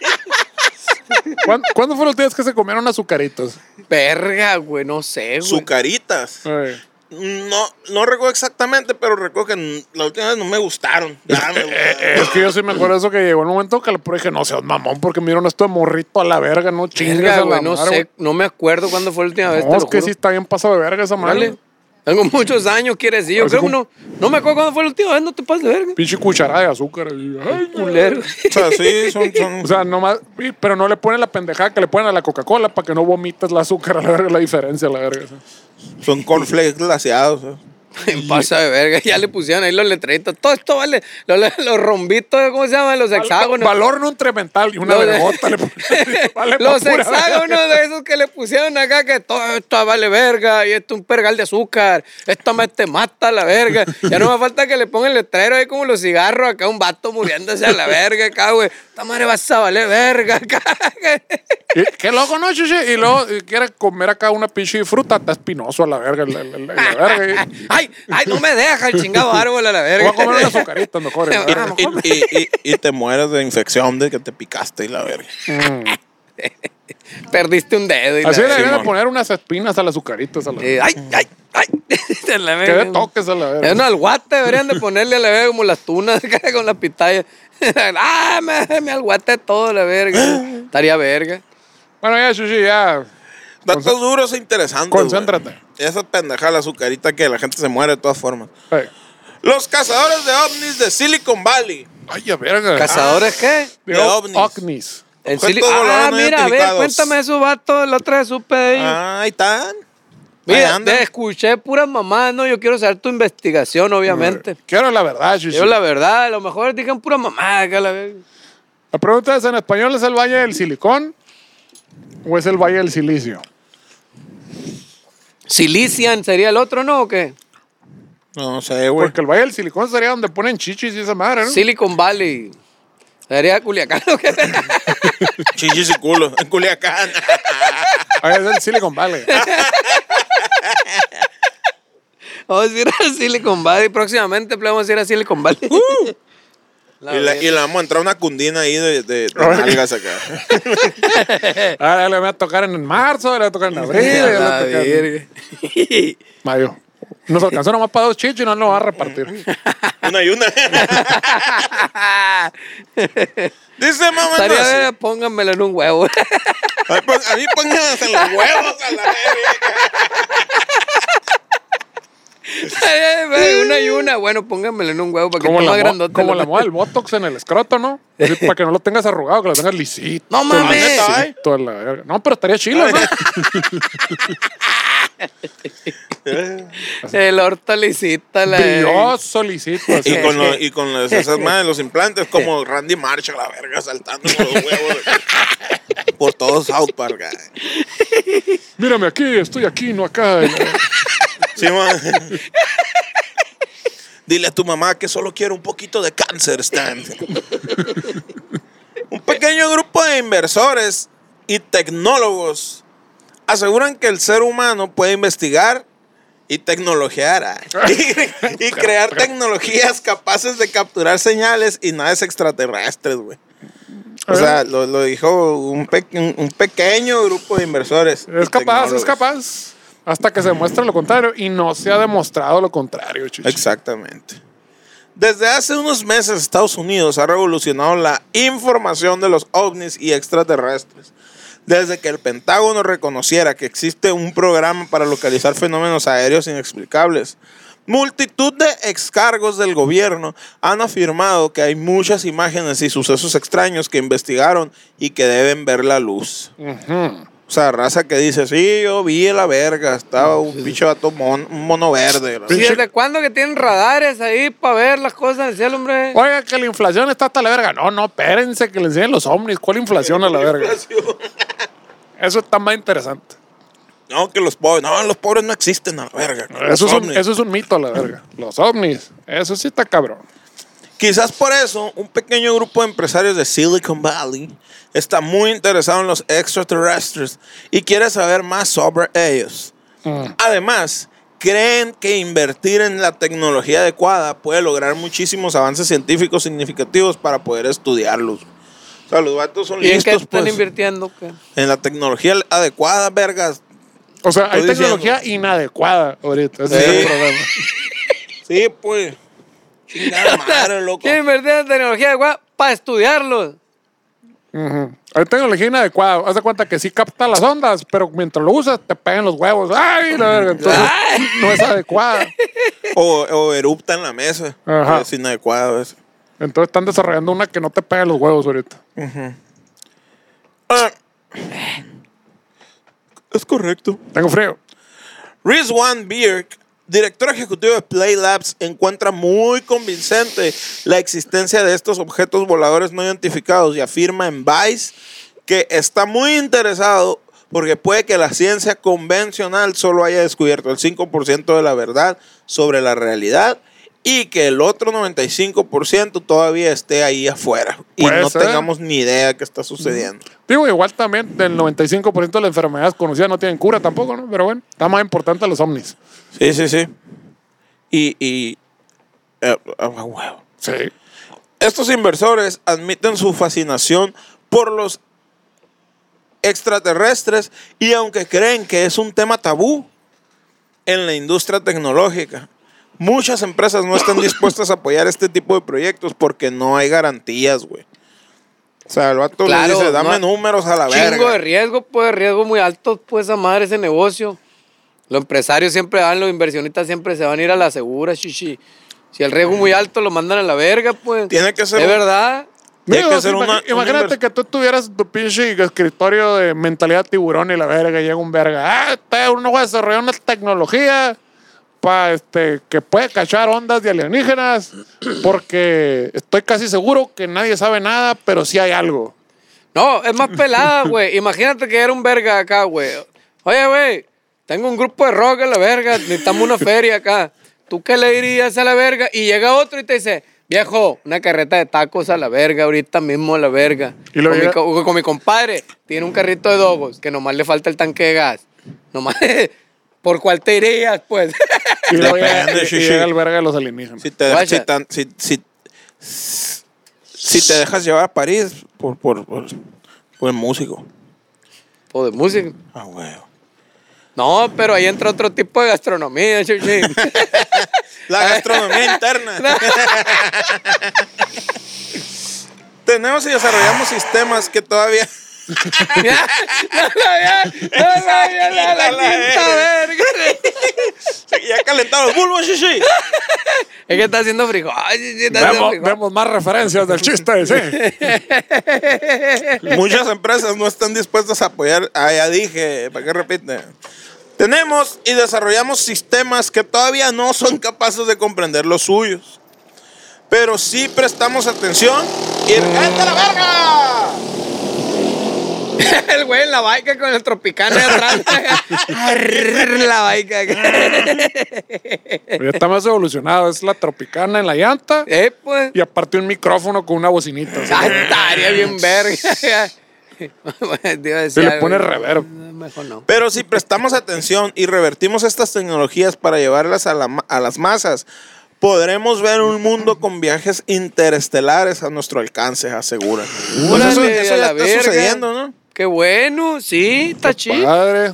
[SPEAKER 3] Ah,
[SPEAKER 1] ¿Cuán- ¿Cuándo fueron los días que se comieron unas azucaritas?
[SPEAKER 3] Verga, güey, no sé, güey.
[SPEAKER 2] Sucaritas.
[SPEAKER 1] Eh,
[SPEAKER 2] No, no recuerdo exactamente, pero recuerdo que n- la última vez no me gustaron. Ya me gustaron.
[SPEAKER 1] Es que yo sí me acuerdo de eso que llegó el momento que le pero dije, no seas mamón, porque miraron esto de morrito a la verga, no chingues
[SPEAKER 3] Verga,
[SPEAKER 1] a la
[SPEAKER 3] güey, no
[SPEAKER 1] madre,
[SPEAKER 3] sé. No me acuerdo cuándo fue la última
[SPEAKER 1] güey.
[SPEAKER 3] vez. te
[SPEAKER 1] No,
[SPEAKER 3] lo
[SPEAKER 1] es que
[SPEAKER 3] juro.
[SPEAKER 1] sí está bien pasado de verga esa madre.
[SPEAKER 3] Dale. Tengo muchos años, quiere decir. Yo
[SPEAKER 1] Así
[SPEAKER 3] creo que
[SPEAKER 1] como-
[SPEAKER 3] no. No me acuerdo cuándo fue la última vez, no te pases de verga.
[SPEAKER 1] Pinche cucharada de azúcar. y- ay,
[SPEAKER 3] Culero.
[SPEAKER 2] O sea, sí, son. son-
[SPEAKER 1] O sea, nomás, y- pero no le ponen la pendejada que le ponen a la Coca-Cola para que no vomites la azúcar a la verga, la diferencia a la verga.
[SPEAKER 2] Son cornflakes glaseados. ¿eh?
[SPEAKER 3] Pasa de verga. Ya le pusieron ahí los letreritos. Todo esto vale. Los, los rombitos, ¿cómo se llaman? Los hexágonos.
[SPEAKER 1] Valor nutrimental y una
[SPEAKER 3] Los-
[SPEAKER 1] vergota le ponen. Vale pa'
[SPEAKER 3] Los
[SPEAKER 1] pura
[SPEAKER 3] hexágonos de esos que le pusieron acá, que todo esto vale verga, y esto es un pergal de azúcar, esto me te mata la verga. Ya no me falta que le pongan el letrero ahí como los cigarros, acá un vato muriéndose a la verga, acá, güey. Esta madre vas a valer verga, acá.
[SPEAKER 1] Y- Qué loco, ¿no, chichi? Y luego y quiere comer acá una pinche fruta, está espinoso a la verga. la- la- la- la verga.
[SPEAKER 3] Ay, ay, ay, no me deja el chingado árbol a la
[SPEAKER 1] Voy
[SPEAKER 3] verga.
[SPEAKER 1] a comer unas azucaritas mejor.
[SPEAKER 3] Y-
[SPEAKER 1] a lo
[SPEAKER 2] Y,
[SPEAKER 1] mejor.
[SPEAKER 2] y- y- y te mueres de infección de que te picaste y la verga.
[SPEAKER 3] Perdiste un dedo. Y
[SPEAKER 1] Así
[SPEAKER 3] la
[SPEAKER 1] le
[SPEAKER 3] verga.
[SPEAKER 1] deben
[SPEAKER 2] Simón.
[SPEAKER 1] de poner unas espinas a las azucaritas. A la...
[SPEAKER 3] Sí, ay, ay, ay. De la
[SPEAKER 1] Que
[SPEAKER 3] verga.
[SPEAKER 1] de toques a la
[SPEAKER 3] Es
[SPEAKER 1] verga.
[SPEAKER 3] una alguata, deberían de ponerle a la verga como las tunas con las pitaya. ah, me, me alguate todo la verga. Estaría verga.
[SPEAKER 1] Bueno, ya, Shushi, ya.
[SPEAKER 2] Datos duros e interesantes. güey.
[SPEAKER 1] Concéntrate.
[SPEAKER 2] Esa pendejada, la azucarita que la gente se muere de todas formas.
[SPEAKER 1] Ay,
[SPEAKER 2] Los cazadores de ovnis de Silicon Valley.
[SPEAKER 1] Ay, a verga.
[SPEAKER 3] ¿Cazadores qué?
[SPEAKER 1] De
[SPEAKER 2] de
[SPEAKER 1] ovnis.
[SPEAKER 2] ovnis.
[SPEAKER 3] En
[SPEAKER 2] Objetos
[SPEAKER 3] Sili-
[SPEAKER 2] voladores
[SPEAKER 3] Ah,
[SPEAKER 2] no
[SPEAKER 3] mira, a ver,
[SPEAKER 2] identificados.
[SPEAKER 3] cuéntame eso, vato. La otra vez supe de ellos.
[SPEAKER 2] Ah, Ahí están. Ahí
[SPEAKER 3] mira,
[SPEAKER 2] andan.
[SPEAKER 3] te escuché puras mamás, ¿no? Yo quiero saber tu investigación, obviamente.
[SPEAKER 1] Quiero la verdad, Shushi.
[SPEAKER 3] Yo, la verdad, a lo mejor digan pura mamá acá, la verga.
[SPEAKER 1] La pregunta es, ¿en español es el Valle del Silicón o es el Valle del Silicio?
[SPEAKER 3] Silician sería el otro, ¿no? ¿O qué?
[SPEAKER 2] No sé, güey.
[SPEAKER 1] Porque el Valle del Silicón sería donde ponen chichis y esa madre, ¿no?
[SPEAKER 3] Silicon Valley. Sería Culiacán, ¿o qué?
[SPEAKER 2] Chichis y culo. En Culiacán.
[SPEAKER 1] Ahí es el Silicon Valley.
[SPEAKER 3] Vamos a ir a Silicon Valley. Próximamente plebe, vamos a ir a Silicon Valley. La
[SPEAKER 2] y, la, y
[SPEAKER 3] verga.
[SPEAKER 2] le vamos a entrar una cundina ahí de, de, de
[SPEAKER 1] Ahora-
[SPEAKER 2] nalgas acá.
[SPEAKER 1] Ahora Ah, le voy a tocar en marzo, le voy a tocar en abril, le voy a
[SPEAKER 3] La
[SPEAKER 1] tocar en
[SPEAKER 3] verga.
[SPEAKER 1] mayo. Nos alcanzó nomás para dos chichis y no nos va a repartir.
[SPEAKER 2] Una y una. Dice mamá.
[SPEAKER 3] Estaría
[SPEAKER 2] Nancy,
[SPEAKER 3] verga, pónganmelo en un huevo.
[SPEAKER 2] "Ay, pon- A mí pónganse los huevos a la verga.
[SPEAKER 3] Estaría verga, una y una. Bueno, pónganmelo en un huevo para que
[SPEAKER 1] Como
[SPEAKER 3] esté
[SPEAKER 1] la,
[SPEAKER 3] más
[SPEAKER 1] mo-
[SPEAKER 3] grandote.
[SPEAKER 1] como
[SPEAKER 3] la-
[SPEAKER 1] la moda del Botox en el escroto, ¿no? Así, para que no lo tengas arrugado, que lo tengas lisito.
[SPEAKER 3] ¡No mames!
[SPEAKER 1] lisito, a la verga. No, pero estaría chilo, ¿no?
[SPEAKER 3] El orto lisita, la verga.
[SPEAKER 1] Brilloso, lisito. así.
[SPEAKER 2] Y con, los- y con las- esas madres, los implantes, como Randy Marsh a la verga, saltando con los huevos. Por todo South Park. ay.
[SPEAKER 1] Mírame aquí, estoy aquí, no acá.
[SPEAKER 2] Sí, ma. Dile a tu mamá que solo quiero un poquito de cáncer, Stan. un pequeño grupo de inversores y tecnólogos aseguran que el ser humano puede investigar y tecnologear ay. y, y crear tecnologías capaces de capturar señales y naves extraterrestres, güey. O sea, lo, lo dijo un, pe- un- un pequeño grupo de inversores. y
[SPEAKER 1] Es capaz, es
[SPEAKER 2] tecnólogos.
[SPEAKER 1] capaz. Hasta que se demuestre lo contrario. Y no se ha demostrado lo contrario, chichi.
[SPEAKER 2] Exactamente. Desde hace unos meses Estados Unidos ha revolucionado la información de los ovnis y extraterrestres. Desde que el Pentágono reconociera que existe un programa para localizar fenómenos aéreos inexplicables, multitud de excargos del gobierno han afirmado que hay muchas imágenes y sucesos extraños que investigaron y que deben ver la luz.
[SPEAKER 1] Ujú.
[SPEAKER 2] O sea, raza que dice, sí, yo vi la verga, estaba un bicho vato mon- un mono verde. la
[SPEAKER 3] ¿Y desde cuándo que tienen radares ahí para ver las cosas en el cielo, hombre?
[SPEAKER 1] Oiga, que la inflación está hasta la verga. No, no, espérense que le enseñen los ovnis. ¿Cuál inflación a la verga? Eso está más interesante.
[SPEAKER 2] No, que los pobres. No, los pobres no existen a la verga. que los
[SPEAKER 1] Eso es, un,
[SPEAKER 2] ovnis.
[SPEAKER 1] eso es un mito a la verga. Los ovnis. Eso sí está cabrón.
[SPEAKER 2] Quizás por eso un pequeño grupo de empresarios de Silicon Valley está muy interesado en los extraterrestres y quiere saber más sobre ellos.
[SPEAKER 3] Mm.
[SPEAKER 2] Además, creen que invertir en la tecnología adecuada puede lograr muchísimos avances científicos significativos para poder estudiarlos. O sea, los vatos son
[SPEAKER 3] ¿Y en qué
[SPEAKER 2] listos,
[SPEAKER 3] están
[SPEAKER 2] pues,
[SPEAKER 3] invirtiendo? qué?
[SPEAKER 2] en la tecnología adecuada, vergas.
[SPEAKER 1] O sea, hay
[SPEAKER 2] Estoy
[SPEAKER 1] tecnología inadecuada ahorita. Ese es el
[SPEAKER 2] Sí.
[SPEAKER 1] problema.
[SPEAKER 2] Sí, pues. Chingada madre, loco.
[SPEAKER 3] ¿Quieren invertir en tecnología de para estudiarlo?
[SPEAKER 1] Ujú. Hay tecnología inadecuada. Haz de cuenta que sí capta las ondas, pero mientras lo usas te pegan los huevos. ¡Ay! La verga. Entonces, no es adecuada.
[SPEAKER 2] O, o erupta en la mesa.
[SPEAKER 1] Ajá.
[SPEAKER 2] Es inadecuado eso.
[SPEAKER 1] Entonces están desarrollando una que no te pega los huevos ahorita.
[SPEAKER 2] Ah. Es correcto.
[SPEAKER 1] Tengo frío.
[SPEAKER 2] Rizwan Birk, director ejecutivo de Play Labs, encuentra muy convincente la existencia de estos objetos voladores no identificados y afirma en Vice que está muy interesado porque puede que la ciencia convencional solo haya descubierto el 5% de la verdad sobre la realidad y que el otro 95% todavía esté ahí afuera y
[SPEAKER 1] Puede
[SPEAKER 2] no
[SPEAKER 1] ser.
[SPEAKER 2] tengamos ni idea de qué está sucediendo.
[SPEAKER 1] Digo, igual también del 95% de las enfermedades conocidas no tienen cura tampoco, ¿no? Pero bueno, está más importante los ovnis.
[SPEAKER 2] Sí, sí, sí. Y. y eh, ah, huevo.
[SPEAKER 1] Sí.
[SPEAKER 2] Estos inversores admiten su fascinación por los extraterrestres y aunque creen que es un tema tabú en la industria tecnológica, muchas empresas no están dispuestas a apoyar este tipo de proyectos porque no hay garantías, güey. O sea, el vato le
[SPEAKER 3] Claro,
[SPEAKER 2] dice,
[SPEAKER 3] no
[SPEAKER 2] dame
[SPEAKER 3] hay-
[SPEAKER 2] números a la
[SPEAKER 3] Chingo de
[SPEAKER 2] verga.
[SPEAKER 3] riesgo, pues, riesgo muy alto, pues, a madre ese negocio. Los empresarios siempre van, los inversionistas siempre se van a ir a la segura, chichi. Si el riesgo es muy alto, lo mandan a la verga, pues.
[SPEAKER 2] Tiene que ser
[SPEAKER 3] Es
[SPEAKER 2] un-
[SPEAKER 3] verdad.
[SPEAKER 2] Tiene
[SPEAKER 1] Digo,
[SPEAKER 2] que ser
[SPEAKER 1] imagi-
[SPEAKER 2] una- una
[SPEAKER 1] imagínate
[SPEAKER 2] invers-
[SPEAKER 1] que tú tuvieras tu pinche escritorio de mentalidad tiburón y la verga, y llega un verga. Ah, te- uno va a desarrollar una tecnología pa, este, que puede cachar ondas de alienígenas, porque estoy casi seguro que nadie sabe nada, pero sí hay algo.
[SPEAKER 3] No, es más pelada, güey. Imagínate que era un verga acá, güey. Oye, güey, tengo un grupo de rock a la verga, necesitamos una feria acá. ¿Tú qué le dirías a la verga? Y llega otro y te dice, viejo, una carreta de tacos a la verga, ahorita mismo a la verga.
[SPEAKER 1] Y luego
[SPEAKER 3] con, mi,
[SPEAKER 1] llega-
[SPEAKER 3] co- con mi compadre, tiene un carrito de dogos, que nomás le falta el tanque de gas. Nomás, ¿por cuál te irías, pues?
[SPEAKER 1] Y luego
[SPEAKER 2] Depende,
[SPEAKER 1] llega, y- y
[SPEAKER 2] sí, sí.
[SPEAKER 1] llega el verga de los alienígenas.
[SPEAKER 2] Si te,
[SPEAKER 3] Guacha.
[SPEAKER 2] si, tan- si- si- si te dejas llevar a París por, por, por, por el músico.
[SPEAKER 3] o de música.
[SPEAKER 2] Ah, huevo.
[SPEAKER 3] No, pero ahí entra otro tipo de gastronomía, chuchi.
[SPEAKER 2] La gastronomía interna. Tenemos y desarrollamos sistemas que todavía.
[SPEAKER 3] Ya, no la vi, no la vi, no la quinta verga.
[SPEAKER 2] ya calentaron los bulbos, shishi.
[SPEAKER 3] Es que está haciendo frijol. Ay, sí, sí, está haciendo
[SPEAKER 1] Vemos,
[SPEAKER 3] frijol.
[SPEAKER 1] vemos más referencias del chiste, sí.
[SPEAKER 2] Muchas empresas no están dispuestas a apoyar. Ah, ya dije, ¿para qué repite? Tenemos y desarrollamos sistemas que todavía no son capaces de comprender los suyos. Pero sí prestamos atención y. ¡Cállate la verga!
[SPEAKER 3] El güey en la baica con el tropicano de atrás. Arr, la baica.
[SPEAKER 1] Ya está más evolucionado. Es la tropicana en la llanta
[SPEAKER 3] Eh, pues.
[SPEAKER 1] y aparte un micrófono con una bocinita. así.
[SPEAKER 3] Ah, Estaría bien verga. Te iba a
[SPEAKER 1] Se
[SPEAKER 3] decir
[SPEAKER 1] le
[SPEAKER 3] algo.
[SPEAKER 1] pone reverb.
[SPEAKER 3] Mejor no.
[SPEAKER 2] Pero si prestamos atención y revertimos estas tecnologías para llevarlas a, la ma- a las masas, podremos ver un mundo con viajes interestelares a nuestro alcance, aseguran. Pues eso,
[SPEAKER 3] Órale,
[SPEAKER 2] eso ya
[SPEAKER 3] a la
[SPEAKER 2] está
[SPEAKER 3] verga.
[SPEAKER 2] sucediendo, ¿no?
[SPEAKER 3] Qué bueno, sí, está chido.
[SPEAKER 1] Padre.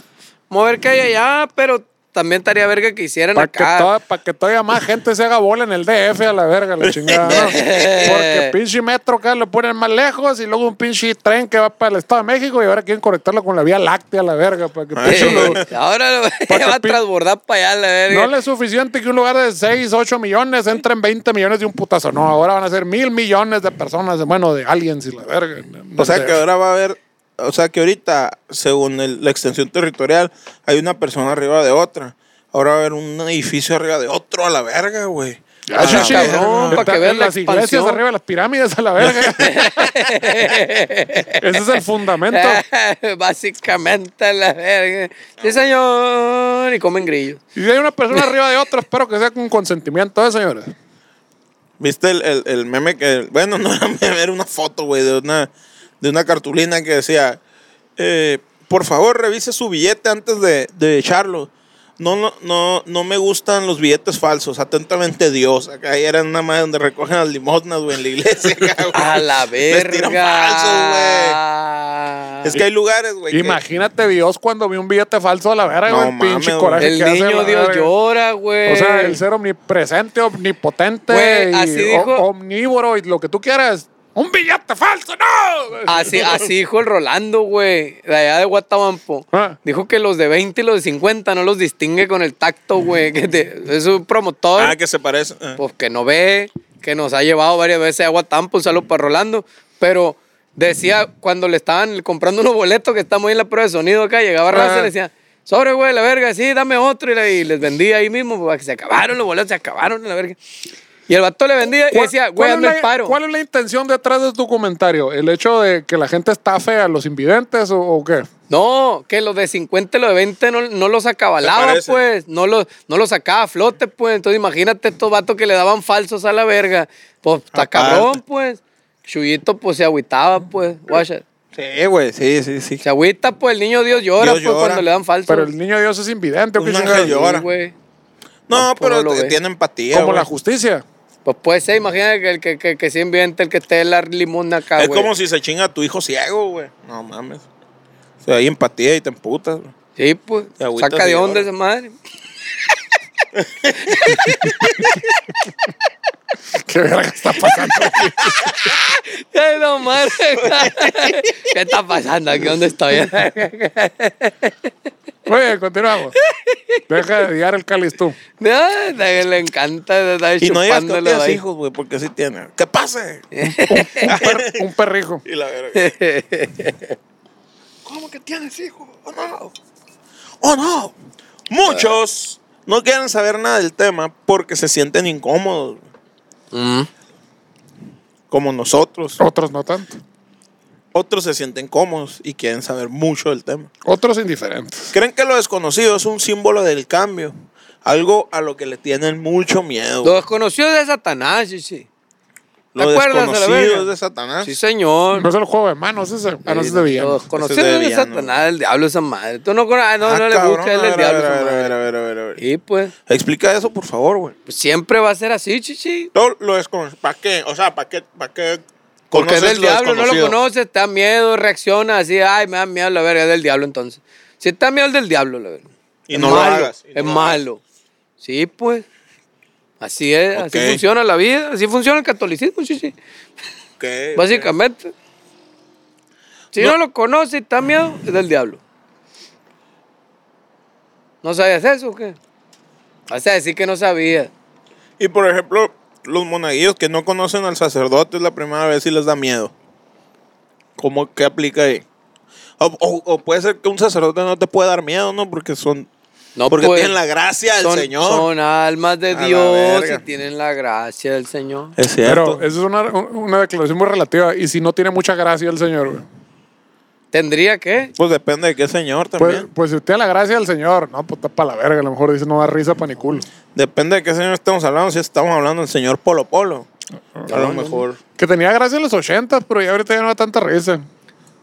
[SPEAKER 3] Mover que hay allá, pero también estaría verga que hicieran
[SPEAKER 1] Para que,
[SPEAKER 3] acá.
[SPEAKER 1] toda- pa' que todavía más gente se haga bola en el DF a la verga, la chingada. ¿no? Porque pinche metro acá lo ponen más lejos y luego un pinche tren que va para el Estado de México y ahora quieren conectarlo con la vía láctea a la verga. Para que
[SPEAKER 2] Ay,
[SPEAKER 1] pinche lo-
[SPEAKER 3] Eh, ahora lo
[SPEAKER 1] Porque
[SPEAKER 3] va a
[SPEAKER 1] pi-
[SPEAKER 3] transbordar para allá, la verga.
[SPEAKER 1] no le es suficiente que un lugar de 6, 8 millones entren 20 millones de un putazo. No, ahora van a ser mil millones de personas, bueno, de aliens y la verga.
[SPEAKER 2] O sea que
[SPEAKER 1] De-
[SPEAKER 2] ahora va a haber, o sea que ahorita, según el- la extensión territorial, hay una persona arriba de otra. Ahora va a haber un edificio arriba de otro a la verga, güey.
[SPEAKER 1] Ya,
[SPEAKER 2] A
[SPEAKER 1] Ah, sí,
[SPEAKER 2] la
[SPEAKER 1] sí.
[SPEAKER 2] verga.
[SPEAKER 3] cabrón, pa' que
[SPEAKER 1] Está
[SPEAKER 3] vean
[SPEAKER 1] en
[SPEAKER 3] la
[SPEAKER 1] las iglesias
[SPEAKER 3] expansión.
[SPEAKER 1] arriba de las pirámides a la verga. Ese es el fundamento.
[SPEAKER 3] Básicamente, la verga. Sí, señor. Y comen grillos.
[SPEAKER 1] Y si hay una persona arriba de otra, espero que sea con consentimiento, ¿eh, señores?
[SPEAKER 2] ¿Viste el, el- el meme que, bueno, no era meme, era una foto, güey, de una, de una cartulina que decía, eh, por favor revise su billete antes de, de echarlo. No, no, no, no me gustan los billetes falsos. Atentamente Dios. Acá ahí era una madre donde recogen las limosnas, güey, en la iglesia. acá, güey.
[SPEAKER 3] A la
[SPEAKER 2] Les tiran falsos, güey. Es que hay lugares, güey. que-
[SPEAKER 1] Imagínate Dios cuando vi un billete falso a la verga,
[SPEAKER 2] No
[SPEAKER 1] güey, el
[SPEAKER 2] mames,
[SPEAKER 1] pinche
[SPEAKER 2] güey.
[SPEAKER 1] coraje
[SPEAKER 3] El
[SPEAKER 1] que hace
[SPEAKER 3] niño
[SPEAKER 1] la
[SPEAKER 3] Dios
[SPEAKER 1] verga.
[SPEAKER 3] llora, güey.
[SPEAKER 1] O sea, el ser omnipresente, omnipotente,
[SPEAKER 3] Güey,
[SPEAKER 1] y
[SPEAKER 3] así
[SPEAKER 1] o-
[SPEAKER 3] dijo-
[SPEAKER 1] omnívoro y lo que tú quieras. ¡Un billete falso, no!
[SPEAKER 3] Así, así dijo el Rolando, güey, de allá de Guatabampo.
[SPEAKER 1] Ah.
[SPEAKER 3] Dijo que los de 20 y los de 50 no los distingue con el tacto, güey. que te- Es un promotor.
[SPEAKER 2] Ah, que se parece. eh.
[SPEAKER 3] pues que no ve, que nos ha llevado varias veces agua tampa, un saludo para Rolando, pero decía cuando le estaban comprando unos boletos que estamos ahí en la prueba de sonido acá, llegaba Raza y
[SPEAKER 1] Ajá.
[SPEAKER 3] le decía, sobre güey, la verga, sí, dame otro, y, le- y les vendía ahí mismo, pues, que se acabaron los boletos, se acabaron la verga. Y el vato le vendía y
[SPEAKER 1] ¿Cuál-
[SPEAKER 3] decía, güey,
[SPEAKER 1] cuál es
[SPEAKER 3] hazme
[SPEAKER 1] la-
[SPEAKER 3] el paro.
[SPEAKER 1] ¿Cuál es la intención detrás de tu comentario? ¿El hecho de que la gente estafe a los invidentes o, o qué?
[SPEAKER 3] No, que los de 50 y los de 20 no, no los
[SPEAKER 2] ¿Te
[SPEAKER 3] acabalaba,
[SPEAKER 2] parece?
[SPEAKER 3] pues. No los, no los sacaba a flote, pues. Entonces imagínate estos vatos que le daban falsos a la verga. Pues está
[SPEAKER 2] Aparte.
[SPEAKER 3] cabrón, pues. Chuyito, pues se agüitaba, pues. Guacha.
[SPEAKER 2] Sí, güey, sí, sí, sí.
[SPEAKER 3] Se agüita, pues el niño Dios llora,
[SPEAKER 2] Dios
[SPEAKER 3] pues,
[SPEAKER 2] llora.
[SPEAKER 3] cuando le dan falsos.
[SPEAKER 1] Pero el niño Dios es invidente. ¿o qué
[SPEAKER 2] Un ángel
[SPEAKER 1] chingados?
[SPEAKER 2] llora.
[SPEAKER 3] Sí, güey.
[SPEAKER 2] No,
[SPEAKER 3] pues,
[SPEAKER 2] pero
[SPEAKER 3] no lo
[SPEAKER 2] te-
[SPEAKER 3] ve.
[SPEAKER 2] tiene empatía.
[SPEAKER 1] Como
[SPEAKER 2] güey.
[SPEAKER 1] la justicia.
[SPEAKER 3] Pues puede ser, imagínate que, el que, que, que se inventa el que esté en la limón acá,
[SPEAKER 2] es
[SPEAKER 3] güey.
[SPEAKER 2] como si se chinga a tu hijo ciego, güey. No mames. O sea, hay empatía y te emputas, güey.
[SPEAKER 3] Sí, pues.
[SPEAKER 2] Te agüitas
[SPEAKER 3] Saca
[SPEAKER 2] y
[SPEAKER 3] de onda
[SPEAKER 2] lloras.
[SPEAKER 3] esa madre.
[SPEAKER 1] ¿Qué verga está pasando?
[SPEAKER 3] Ay, no, madre. ¿Qué está pasando aquí? ¿Dónde estoy?
[SPEAKER 1] Oye, continuamos. Deja de liar el cáliz tú.
[SPEAKER 3] No, le le encanta estar
[SPEAKER 2] Y no digas que no
[SPEAKER 3] chupándolo
[SPEAKER 2] tienes
[SPEAKER 3] ahí.
[SPEAKER 2] hijos, güey, porque sí tiene. ¡Que pase!
[SPEAKER 1] Un, per- un perrijo.
[SPEAKER 2] Y la verga. ¿Cómo que tienes hijos? ¡Oh, no! ¡Oh, no! Muchos no quieren saber nada del tema porque se sienten incómodos, güey,
[SPEAKER 3] Mm.
[SPEAKER 2] como nosotros.
[SPEAKER 1] Otros no tanto.
[SPEAKER 2] Otros se sienten cómodos y quieren saber mucho del tema.
[SPEAKER 1] Otros indiferentes.
[SPEAKER 2] Creen que lo desconocido es un símbolo del cambio, algo a lo que le tienen mucho miedo.
[SPEAKER 3] Lo desconocido de Satanás, sí, sí.
[SPEAKER 2] Lo
[SPEAKER 3] ¿Te acuerdas de la verga?
[SPEAKER 2] desconocido es de Satanás.
[SPEAKER 3] Sí, señor.
[SPEAKER 1] No es el juego de manos ese. Ah, no, ese es de villano.
[SPEAKER 3] Los conocidos
[SPEAKER 2] Ese es de
[SPEAKER 3] de
[SPEAKER 2] villano.
[SPEAKER 3] Satanás, el diablo esa madre. Tú no conoces, ah, no,
[SPEAKER 2] Ah,
[SPEAKER 3] no le
[SPEAKER 2] cabrón,
[SPEAKER 3] busques él
[SPEAKER 2] a
[SPEAKER 3] el
[SPEAKER 2] ver,
[SPEAKER 3] diablo
[SPEAKER 2] a ver, a
[SPEAKER 3] esa
[SPEAKER 2] ver,
[SPEAKER 3] madre.
[SPEAKER 2] a ver, a ver, a ver.
[SPEAKER 3] Y pues,
[SPEAKER 2] Explica eso, por favor, güey.
[SPEAKER 3] pues, siempre va a ser así, chichi.
[SPEAKER 2] Todo lo desconocido. ¿Para qué? O sea, ¿para qué? ¿Para qué?
[SPEAKER 3] Porque es
[SPEAKER 2] conoces
[SPEAKER 3] del diablo, no lo
[SPEAKER 2] desconocido?
[SPEAKER 3] conoces, te da miedo, reacciona así, ay, me da miedo la verga, es del diablo entonces. Si te da miedo, es del diablo la verga.
[SPEAKER 2] Y
[SPEAKER 3] Es
[SPEAKER 2] no lo
[SPEAKER 3] malo,
[SPEAKER 2] hagas, y no
[SPEAKER 3] Es
[SPEAKER 2] lo
[SPEAKER 3] malo. Sí, pues. Así es,
[SPEAKER 2] Ok.
[SPEAKER 3] así funciona la vida, así funciona el catolicismo, chichi.
[SPEAKER 2] Ok, ok.
[SPEAKER 3] Básicamente. Si no, lo conoces y te da miedo, es del diablo. ¿No sabías eso o qué? Vas a decir que no sabías.
[SPEAKER 2] Y por ejemplo, los monaguillos que no conocen al sacerdote es la primera vez y les da miedo. ¿Cómo que aplica ahí? O, o- o puede ser que un sacerdote no te puede dar miedo, ¿no? Porque son.
[SPEAKER 3] No,
[SPEAKER 2] porque
[SPEAKER 3] pues,
[SPEAKER 2] tienen la gracia del
[SPEAKER 3] son,
[SPEAKER 2] Señor.
[SPEAKER 3] Son almas de
[SPEAKER 2] A la
[SPEAKER 3] Dios y
[SPEAKER 2] verga.
[SPEAKER 3] tienen la gracia del Señor.
[SPEAKER 2] Es cierto.
[SPEAKER 1] Pero eso es una, una declaración muy relativa. Y si no tiene mucha gracia el Señor, güey.
[SPEAKER 3] ¿Tendría que?
[SPEAKER 2] Pues depende de qué Señor
[SPEAKER 1] Pues,
[SPEAKER 2] también.
[SPEAKER 1] pues si usted a la gracia del Señor, no, pues está para la verga. A lo mejor dice no da risa pa' ni culo.
[SPEAKER 2] depende de qué Señor estamos hablando. Si estamos hablando del Señor Polo Polo. A lo mejor.
[SPEAKER 1] Que tenía gracia en los 80, pero ya ahorita ya no da tanta risa.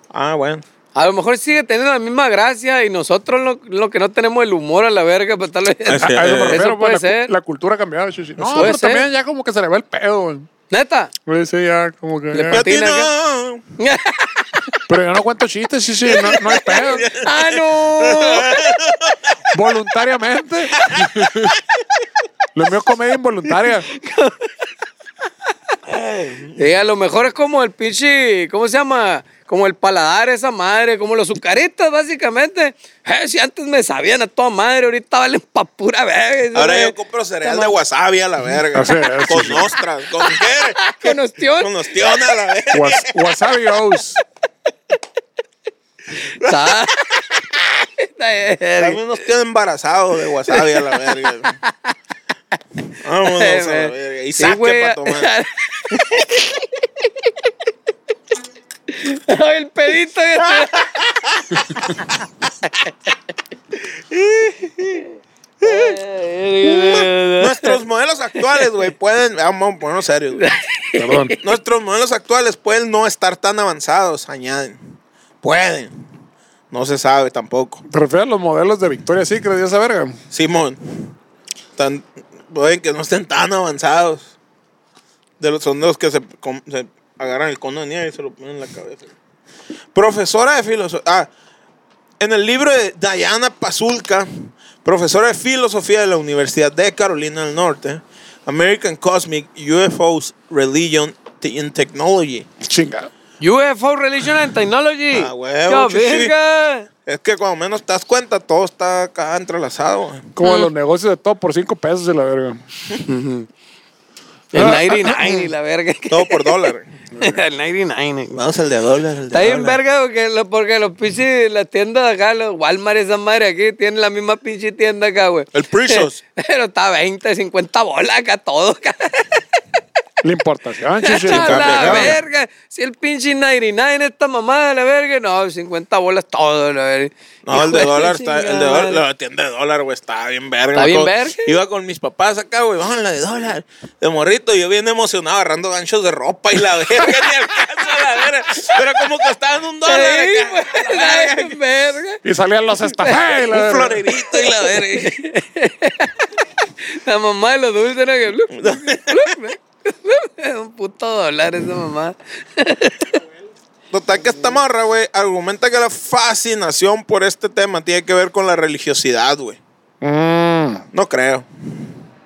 [SPEAKER 2] Ah, bueno.
[SPEAKER 3] A lo mejor sigue teniendo la misma gracia y nosotros lo, lo que no tenemos el humor a la verga para estarlo...
[SPEAKER 2] Es
[SPEAKER 1] A- a eso me
[SPEAKER 2] Eh,
[SPEAKER 1] refiero, pues,
[SPEAKER 3] eso puede
[SPEAKER 1] la, cu-
[SPEAKER 3] ser.
[SPEAKER 1] la cultura ha cambiado. chichi. No,
[SPEAKER 3] Puede
[SPEAKER 1] pero
[SPEAKER 3] ser.
[SPEAKER 1] también ya como que se le va el pedo, güey.
[SPEAKER 3] ¿Neta?
[SPEAKER 1] Güey, sí, ya como que.
[SPEAKER 3] Le
[SPEAKER 1] ya.
[SPEAKER 3] pe-
[SPEAKER 2] Ya
[SPEAKER 3] Patina,
[SPEAKER 2] tiene-
[SPEAKER 1] Pero yo no cuento chistes, sí, sí, no, no hay pedo.
[SPEAKER 3] ¡Ah, no!
[SPEAKER 1] Voluntariamente. Lo mío es comedia involuntaria.
[SPEAKER 3] Sí, a lo mejor es como el pinche, ¿cómo se llama? Como el paladar, esa madre, como los azucaritos, básicamente. Eh, si antes me sabían a toda madre, ahorita valen pa' pura verga.
[SPEAKER 2] Ahora yo compro cereal de wasabi a la verga.
[SPEAKER 1] Así es,
[SPEAKER 2] con
[SPEAKER 1] sí.
[SPEAKER 2] ostras, con qué.
[SPEAKER 3] Con ostión.
[SPEAKER 2] Con ostión a la verga.
[SPEAKER 1] Was, wasabi O's.
[SPEAKER 3] Está- Está verga.
[SPEAKER 2] También nos queda embarazado de wasabi a la verga. Vámonos a la verga. Y
[SPEAKER 3] Sí,
[SPEAKER 2] saque
[SPEAKER 3] güey.
[SPEAKER 2] para tomar.
[SPEAKER 3] Ay, el pedito.
[SPEAKER 2] Nuestros modelos actuales, güey, pueden. Vamos a ponernos serios, güey.
[SPEAKER 1] Perdón.
[SPEAKER 2] Nuestros modelos actuales pueden no estar tan avanzados, añaden. Pueden. No se sabe tampoco.
[SPEAKER 1] ¿Te refieres a los modelos de Victoria Secret y esa verga?
[SPEAKER 2] Simón, tan, pueden que no estén tan avanzados. De los son de los que se, com- se agarran el cono de nieve y se lo ponen en la cabeza. Profesora de filosofía. Ah, en el libro de Diana Pazulka, profesora de filosofía de la Universidad de Carolina del Norte, American Cosmic UFOs, Religion T- and Technology.
[SPEAKER 1] Chingado.
[SPEAKER 3] UFO Religion and Technology.
[SPEAKER 2] Ah, huevo,
[SPEAKER 3] ¡Qué
[SPEAKER 2] chichi.
[SPEAKER 3] verga!
[SPEAKER 2] Es que cuando menos te das cuenta, todo está acá entrelazado. güey.
[SPEAKER 1] Como los negocios de todo por 5 pesos y la verga.
[SPEAKER 3] El 99 y la verga.
[SPEAKER 2] Todo por dólar.
[SPEAKER 3] el 99.
[SPEAKER 2] Vamos al de dólar. al de
[SPEAKER 3] Está bien
[SPEAKER 2] dólar.
[SPEAKER 3] verga porque, lo- porque los pinches, las tiendas de acá, los Walmart, esa madre aquí, tienen la misma pinche tienda acá, güey.
[SPEAKER 2] El Precious.
[SPEAKER 3] Pero está 20, 50 bolas acá todo. Acá.
[SPEAKER 1] La importación, chichi.
[SPEAKER 3] A
[SPEAKER 2] cambia,
[SPEAKER 3] la
[SPEAKER 2] cambia.
[SPEAKER 3] verga. Si el pinche 99 esta mamada, la verga, no, 50 bolas todo, la verga.
[SPEAKER 2] No, el
[SPEAKER 3] Hijo
[SPEAKER 2] de dólar está,
[SPEAKER 3] chingada
[SPEAKER 2] el de dólar,
[SPEAKER 3] madre.
[SPEAKER 2] la tienda de dólar, güey, está bien verga.
[SPEAKER 3] Está
[SPEAKER 2] Me
[SPEAKER 3] bien
[SPEAKER 2] acuerdo-
[SPEAKER 3] verga.
[SPEAKER 2] Iba con mis papás acá, güey, vamos a la de dólar. De morrito, yo bien emocionado agarrando ganchos de ropa y la verga, ni alcanzo la verga. Pero como costaban un dólar
[SPEAKER 3] Sí,
[SPEAKER 2] acá,
[SPEAKER 3] pues,
[SPEAKER 2] la
[SPEAKER 3] está
[SPEAKER 2] verga,
[SPEAKER 3] bien verga.
[SPEAKER 1] Y salían los estafés. y la
[SPEAKER 2] un
[SPEAKER 1] verga.
[SPEAKER 2] florerito y la verga.
[SPEAKER 3] La mamá de los dulces era que. blup, blup, blup. Un puto dólar esa mamá.
[SPEAKER 2] Total que esta morra, güey, argumenta que la fascinación por este tema tiene que ver con la religiosidad, güey.
[SPEAKER 1] Mm,
[SPEAKER 2] No creo.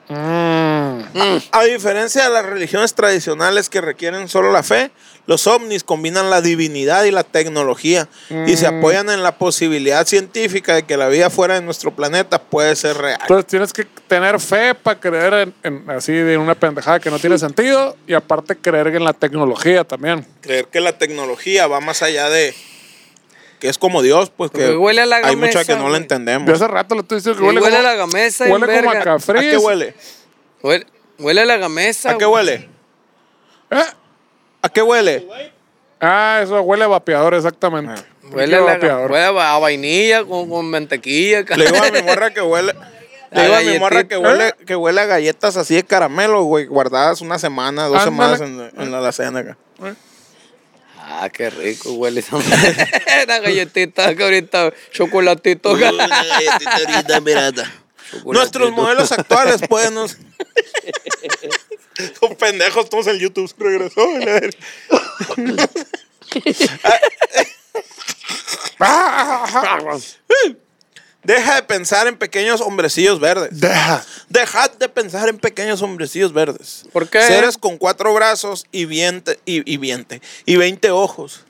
[SPEAKER 1] mm.
[SPEAKER 2] A diferencia de las religiones tradicionales que requieren solo la fe, los ovnis combinan la divinidad y la tecnología y
[SPEAKER 3] Mm.
[SPEAKER 2] se apoyan en la posibilidad científica de que la vida fuera de nuestro planeta puede ser real.
[SPEAKER 3] Pues-
[SPEAKER 1] Entonces tienes que tener fe para creer en, en- así de una pendejada que no tiene sentido y aparte creer en la tecnología también.
[SPEAKER 2] Creer que la tecnología va más allá de que es como Dios, pues que
[SPEAKER 3] Porque huele a la
[SPEAKER 2] hay mucha
[SPEAKER 3] gamesa,
[SPEAKER 2] que no la
[SPEAKER 3] güey.
[SPEAKER 2] entendemos.
[SPEAKER 1] Yo hace rato le estoy diciendo que
[SPEAKER 3] Sí,
[SPEAKER 1] huele,
[SPEAKER 3] huele
[SPEAKER 1] como,
[SPEAKER 3] a la gamesa y
[SPEAKER 1] huele como a
[SPEAKER 3] verga.
[SPEAKER 2] ¿A
[SPEAKER 1] cafriz.
[SPEAKER 2] qué huele?
[SPEAKER 3] Huele, huele a la gamesa.
[SPEAKER 2] ¿A qué
[SPEAKER 3] güey.
[SPEAKER 2] huele?
[SPEAKER 1] ¿Eh?
[SPEAKER 2] ¿A qué huele?
[SPEAKER 1] Ah, eso huele a vapeador, exactamente.
[SPEAKER 2] Ah.
[SPEAKER 3] Huele a, la,
[SPEAKER 1] vapeador.
[SPEAKER 3] huele a vainilla con, con mantequilla. ca-
[SPEAKER 2] Le digo a mi morra que huele. Le
[SPEAKER 3] A
[SPEAKER 2] digo a mi morra que
[SPEAKER 3] galletita.
[SPEAKER 2] huele, que huele a galletas así de caramelo, güey, guardadas una semana, dos
[SPEAKER 1] Ándale.
[SPEAKER 2] semanas en, en la alacena acá.
[SPEAKER 3] Ah, qué rico huele esa madre. Una galletita que ahorita,
[SPEAKER 2] Uh.
[SPEAKER 3] chocolatito. ca-
[SPEAKER 2] Nuestros modelos actuales pueden. nos- Son pendejos todos en YouTube. se Regresó. y la verga. Deja de pensar en pequeños hombrecillos verdes.
[SPEAKER 1] Deja.
[SPEAKER 2] Dejad de pensar en pequeños hombrecillos verdes.
[SPEAKER 3] ¿Por qué?
[SPEAKER 2] Seres con cuatro brazos y viente, y, y viente, y 20 ojos.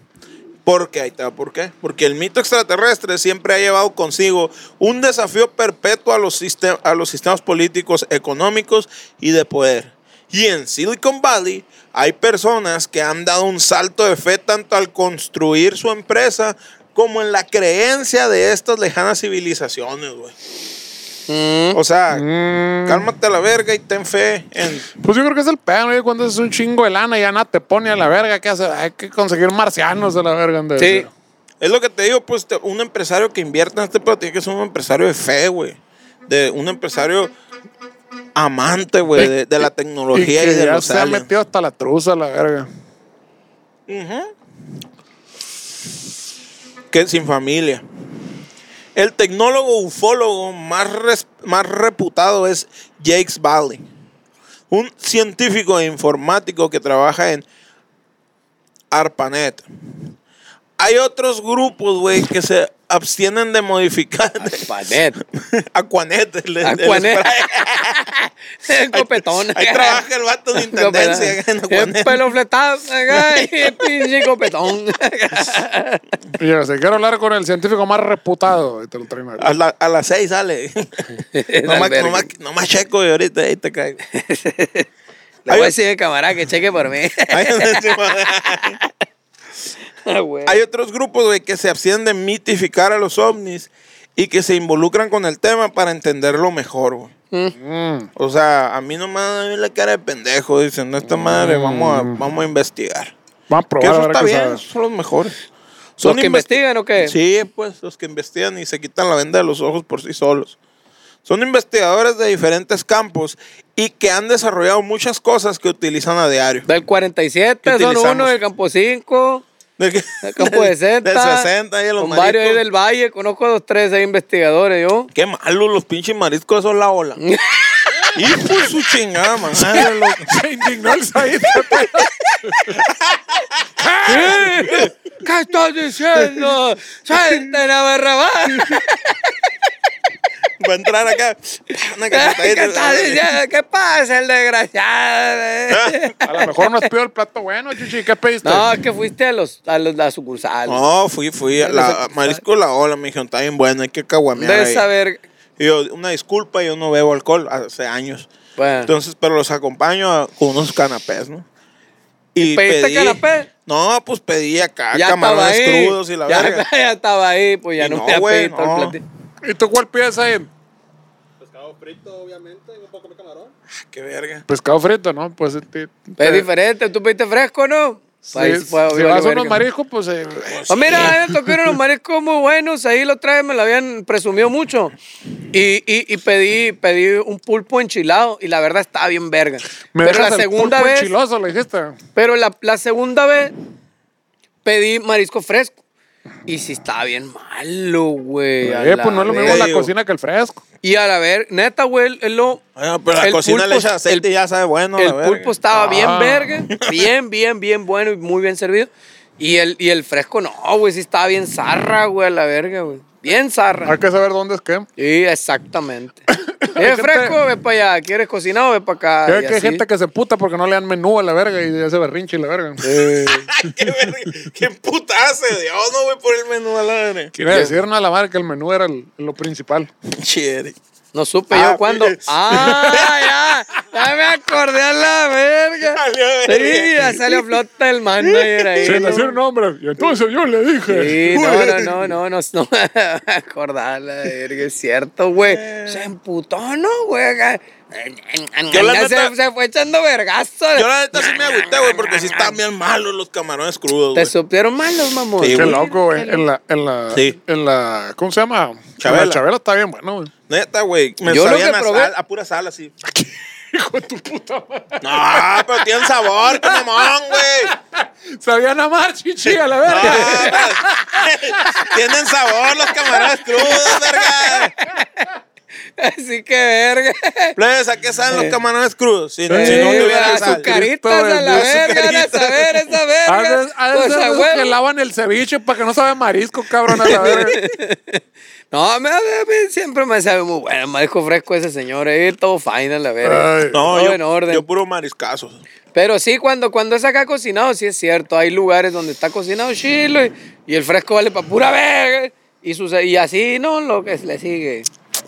[SPEAKER 2] ¿Por qué? Ahí te va, ¿por qué? Porque el mito extraterrestre siempre ha llevado consigo un desafío perpetuo a los, sistem- a los sistemas políticos, económicos y de poder. Y en Silicon Valley hay personas que han dado un salto de fe tanto al construir su empresa como en la creencia de estas lejanas civilizaciones, güey.
[SPEAKER 3] Mm,
[SPEAKER 2] O sea,
[SPEAKER 1] Mm.
[SPEAKER 2] Cálmate a la verga y ten fe en.
[SPEAKER 1] Pues yo creo que es el pedo, güey, cuando es un chingo de lana y ya nada te pone a la verga, ¿qué hace? Hay que conseguir marcianos a la verga. han de
[SPEAKER 3] sí.
[SPEAKER 1] decir.
[SPEAKER 2] Es lo que te digo, pues te- un empresario que invierta en este pedo tiene que ser un empresario de fe, güey. De un empresario amante, güey, de, de la
[SPEAKER 1] Y
[SPEAKER 2] tecnología y,
[SPEAKER 1] que
[SPEAKER 2] de
[SPEAKER 1] ya
[SPEAKER 2] los
[SPEAKER 1] se ha
[SPEAKER 2] aliens.
[SPEAKER 1] metido hasta la truza a la verga.
[SPEAKER 2] Ujú. Que sin familia. El tecnólogo ufólogo más, res- más reputado es Jakes Valley, un científico e informático que trabaja en ARPANET. Hay otros grupos, güey, que se abstienen de modificar.
[SPEAKER 3] Panet.
[SPEAKER 2] Aquanet. el- el- el
[SPEAKER 3] Aquanet.
[SPEAKER 2] spray.
[SPEAKER 3] Copetón.
[SPEAKER 2] Ahí trabaja el vato de intendencia acá en
[SPEAKER 3] El
[SPEAKER 2] Aquanet.
[SPEAKER 3] pelo fletado. acá, y Pinche copetón.
[SPEAKER 1] Y yo sé, quiero hablar con el científico más reputado. Y te lo traen ahí.
[SPEAKER 2] A, la- a las seis sale. nomás,
[SPEAKER 3] verga.
[SPEAKER 2] nomás, nomás checo y ahorita ahí te caigo.
[SPEAKER 3] Le voy a decir al camarada que cheque por mí.
[SPEAKER 2] Hay,
[SPEAKER 3] Ah, güey.
[SPEAKER 2] hay otros grupos güey, que se abstienen de mitificar a los ovnis y que se involucran con el tema para entenderlo mejor, güey.
[SPEAKER 1] Mm.
[SPEAKER 2] O sea, a mí nomás me ven la cara de pendejo. Dicen, no, esta madre, vamos a, vamos a investigar.
[SPEAKER 1] Vamos a
[SPEAKER 2] Que
[SPEAKER 1] probar a
[SPEAKER 2] eso
[SPEAKER 1] ver
[SPEAKER 2] está
[SPEAKER 1] qué
[SPEAKER 2] bien,
[SPEAKER 1] sabe.
[SPEAKER 2] son los mejores.
[SPEAKER 3] ¿Los que
[SPEAKER 2] inves-
[SPEAKER 3] investigan o qué?
[SPEAKER 2] Sí, pues los que investigan y se quitan la venda de los ojos por sí solos. Son investigadores de diferentes campos y que han desarrollado muchas cosas que utilizan a diario.
[SPEAKER 3] Del 47 son
[SPEAKER 2] utilizamos?
[SPEAKER 3] uno, del campo 5,
[SPEAKER 2] Del, que-
[SPEAKER 3] del campo de Z.
[SPEAKER 2] Del 60 y de los
[SPEAKER 3] Con varios ahí
[SPEAKER 2] mariscos.
[SPEAKER 3] del Valle. Conozco a dos, tres ahí investigadores yo.
[SPEAKER 2] Qué malos los pinches mariscos, eso es la ola. y pues su chingada, madre, loco.
[SPEAKER 1] Se indignó el Said.
[SPEAKER 3] ¿Qué estás diciendo? ¡Suelten a Barrabás!
[SPEAKER 2] Va a entrar acá. Una eh,
[SPEAKER 3] ¿Qué
[SPEAKER 2] cachetada.
[SPEAKER 3] estás diciendo? ¿Qué pasa, el desgraciado?
[SPEAKER 1] A lo mejor no has pedido el plato bueno, Chuchi. ¿Qué pediste?
[SPEAKER 3] No, es que fuiste a los, a los, la sucursal.
[SPEAKER 2] No, fui, fui. a La, marisco la ola, me dijeron, está bien bueno, hay que caguamear.
[SPEAKER 3] pues, de
[SPEAKER 2] ahí".
[SPEAKER 3] saber.
[SPEAKER 2] Y yo, una disculpa, yo no bebo alcohol hace años.
[SPEAKER 3] Bueno.
[SPEAKER 2] Entonces, pero los acompaño a- con unos canapés, ¿no? Y
[SPEAKER 3] ¿Pediste canapé?
[SPEAKER 2] No, pues pedí acá
[SPEAKER 3] ya estaba
[SPEAKER 2] camarones
[SPEAKER 3] ahí.
[SPEAKER 2] crudos y la
[SPEAKER 3] ya,
[SPEAKER 2] verga.
[SPEAKER 3] ya estaba ahí, pues ya
[SPEAKER 2] Y
[SPEAKER 3] no,
[SPEAKER 2] no,
[SPEAKER 3] me
[SPEAKER 2] güey,
[SPEAKER 3] apetito
[SPEAKER 2] no.
[SPEAKER 3] el platillo.
[SPEAKER 1] ¿Y tú cuál pides, Said?
[SPEAKER 4] Pescado frito, obviamente, y un poco de camarón.
[SPEAKER 2] Ah, Qué verga.
[SPEAKER 1] Pescado frito, ¿no? Pues. este,
[SPEAKER 3] Es
[SPEAKER 1] te-
[SPEAKER 3] diferente, tú pediste fresco, ¿no?
[SPEAKER 1] Sí,
[SPEAKER 3] Ahí
[SPEAKER 1] si
[SPEAKER 3] fue- valió
[SPEAKER 1] vas a unos
[SPEAKER 3] verga.
[SPEAKER 1] mariscos, pues. eh,
[SPEAKER 3] Ah, mira, me tocaron unos mariscos muy buenos, ahí los traje, me lo habían presumido mucho. Y, y, y pedí, pedí un pulpo enchilado y la verdad estaba bien verga.
[SPEAKER 1] me
[SPEAKER 3] pero
[SPEAKER 1] dejas
[SPEAKER 3] la
[SPEAKER 1] el
[SPEAKER 3] segunda
[SPEAKER 1] pulpo
[SPEAKER 3] vez,
[SPEAKER 1] enchiloso, le dijiste.
[SPEAKER 3] pero la, la segunda vez pedí marisco fresco. Y si está bien malo, güey. a
[SPEAKER 1] Eh,
[SPEAKER 3] la
[SPEAKER 1] pues no es lo mismo
[SPEAKER 3] verga.
[SPEAKER 1] la
[SPEAKER 2] verga.
[SPEAKER 1] cocina que el fresco.
[SPEAKER 3] Y a la ver, neta, güey, es lo.
[SPEAKER 2] Ah, pero la
[SPEAKER 3] el
[SPEAKER 2] cocina le
[SPEAKER 3] pulpo-
[SPEAKER 2] echa aceite
[SPEAKER 3] el-
[SPEAKER 2] y ya sabe bueno. la
[SPEAKER 3] el
[SPEAKER 2] verga.
[SPEAKER 3] pulpo estaba
[SPEAKER 1] Ah.
[SPEAKER 3] bien verga, bien, bien, bien bueno y muy bien servido. Y el, y el fresco no, güey, sí estaba bien zarra, güey, a la verga, güey. Bien zarra.
[SPEAKER 1] Hay que saber dónde es qué.
[SPEAKER 3] Sí, exactamente.
[SPEAKER 1] Hay
[SPEAKER 3] ¿Quieres
[SPEAKER 1] gente-
[SPEAKER 3] fresco? Ve para allá. ¿Quieres cocinado? Ve para acá.
[SPEAKER 1] Creo
[SPEAKER 3] Ah, y
[SPEAKER 1] que hay
[SPEAKER 3] así.
[SPEAKER 1] gente que se puta porque no le dan menú a la verga y hace berrinche y la verga.
[SPEAKER 2] Ay, qué verga. Qué putazo, Dios, no voy por el menú a la verga.
[SPEAKER 1] Quiere decir nada, la madre que el menú era el- lo principal.
[SPEAKER 2] Chévere.
[SPEAKER 3] No supe
[SPEAKER 2] Ah,
[SPEAKER 3] yo cuándo.
[SPEAKER 2] mire.
[SPEAKER 3] ¡Ah, ya! Ya me acordé a la verga.
[SPEAKER 2] Salió verga.
[SPEAKER 3] Sí, ya salió flota el manager ahí.
[SPEAKER 1] Sin
[SPEAKER 3] ¿no?
[SPEAKER 1] decir nombres. Y entonces yo le
[SPEAKER 3] Sí,
[SPEAKER 1] dije.
[SPEAKER 3] no, no, no, no, no, no me acordaba la verga, es cierto, güey. Se emputó, ¿no, güey? Acá.
[SPEAKER 2] Yo la
[SPEAKER 3] Ya se-
[SPEAKER 2] neta-
[SPEAKER 3] se, fue echando vergazo.
[SPEAKER 2] Yo la neta sí me agüité, güey, porque sí estaban bien malos los camarones crudos,
[SPEAKER 3] Te
[SPEAKER 2] güey.
[SPEAKER 3] supieron malos, mamón.
[SPEAKER 2] Sí,
[SPEAKER 1] Qué
[SPEAKER 2] güey.
[SPEAKER 1] loco, güey. En la, en la,
[SPEAKER 2] Sí.
[SPEAKER 1] en la, ¿cómo se llama?
[SPEAKER 2] Chabela.
[SPEAKER 1] En La Chabela está bien bueno, güey.
[SPEAKER 2] Neta, güey. Me
[SPEAKER 3] Yo lo
[SPEAKER 2] sabían
[SPEAKER 3] que
[SPEAKER 2] a,
[SPEAKER 3] probé-
[SPEAKER 2] sal, a pura sal, así.
[SPEAKER 1] Hijo de tu puta madre.
[SPEAKER 2] No, pero tienen sabor, qué mamón, güey.
[SPEAKER 1] Sabían amar, chichi, a la
[SPEAKER 2] No,
[SPEAKER 1] verga.
[SPEAKER 2] pero- tienen sabor los camarones crudos, verga.
[SPEAKER 3] Así que verga.
[SPEAKER 2] Plebes, ¿a qué saben los camarones crudos? Si, no-
[SPEAKER 1] Sí,
[SPEAKER 2] si no
[SPEAKER 1] güey,
[SPEAKER 2] tuvieran
[SPEAKER 1] a
[SPEAKER 2] sal.
[SPEAKER 1] Jesucristo,
[SPEAKER 3] azucaritas a la
[SPEAKER 1] bendito.
[SPEAKER 3] verga, van a saber esa
[SPEAKER 1] A
[SPEAKER 3] verga.
[SPEAKER 1] veces, a veces
[SPEAKER 3] Pues,
[SPEAKER 1] de esos
[SPEAKER 3] abuelo.
[SPEAKER 1] que lavan el ceviche para que no sabe marisco, cabrón, a la verga.
[SPEAKER 3] No, a mí, a mí- a mí siempre me sabe muy bueno. Me dijo fresco ese señor, eh, todo fine a la verga.
[SPEAKER 1] Ay.
[SPEAKER 2] No,
[SPEAKER 3] Todo
[SPEAKER 2] yo,
[SPEAKER 3] en orden.
[SPEAKER 2] yo puro mariscazos.
[SPEAKER 3] Pero sí, cuando, cuando es acá cocinado, sí es cierto. Hay lugares donde está cocinado chilo y, y el fresco vale para pura verga. Y, suce- y así, ¿no? Lo que le sigue.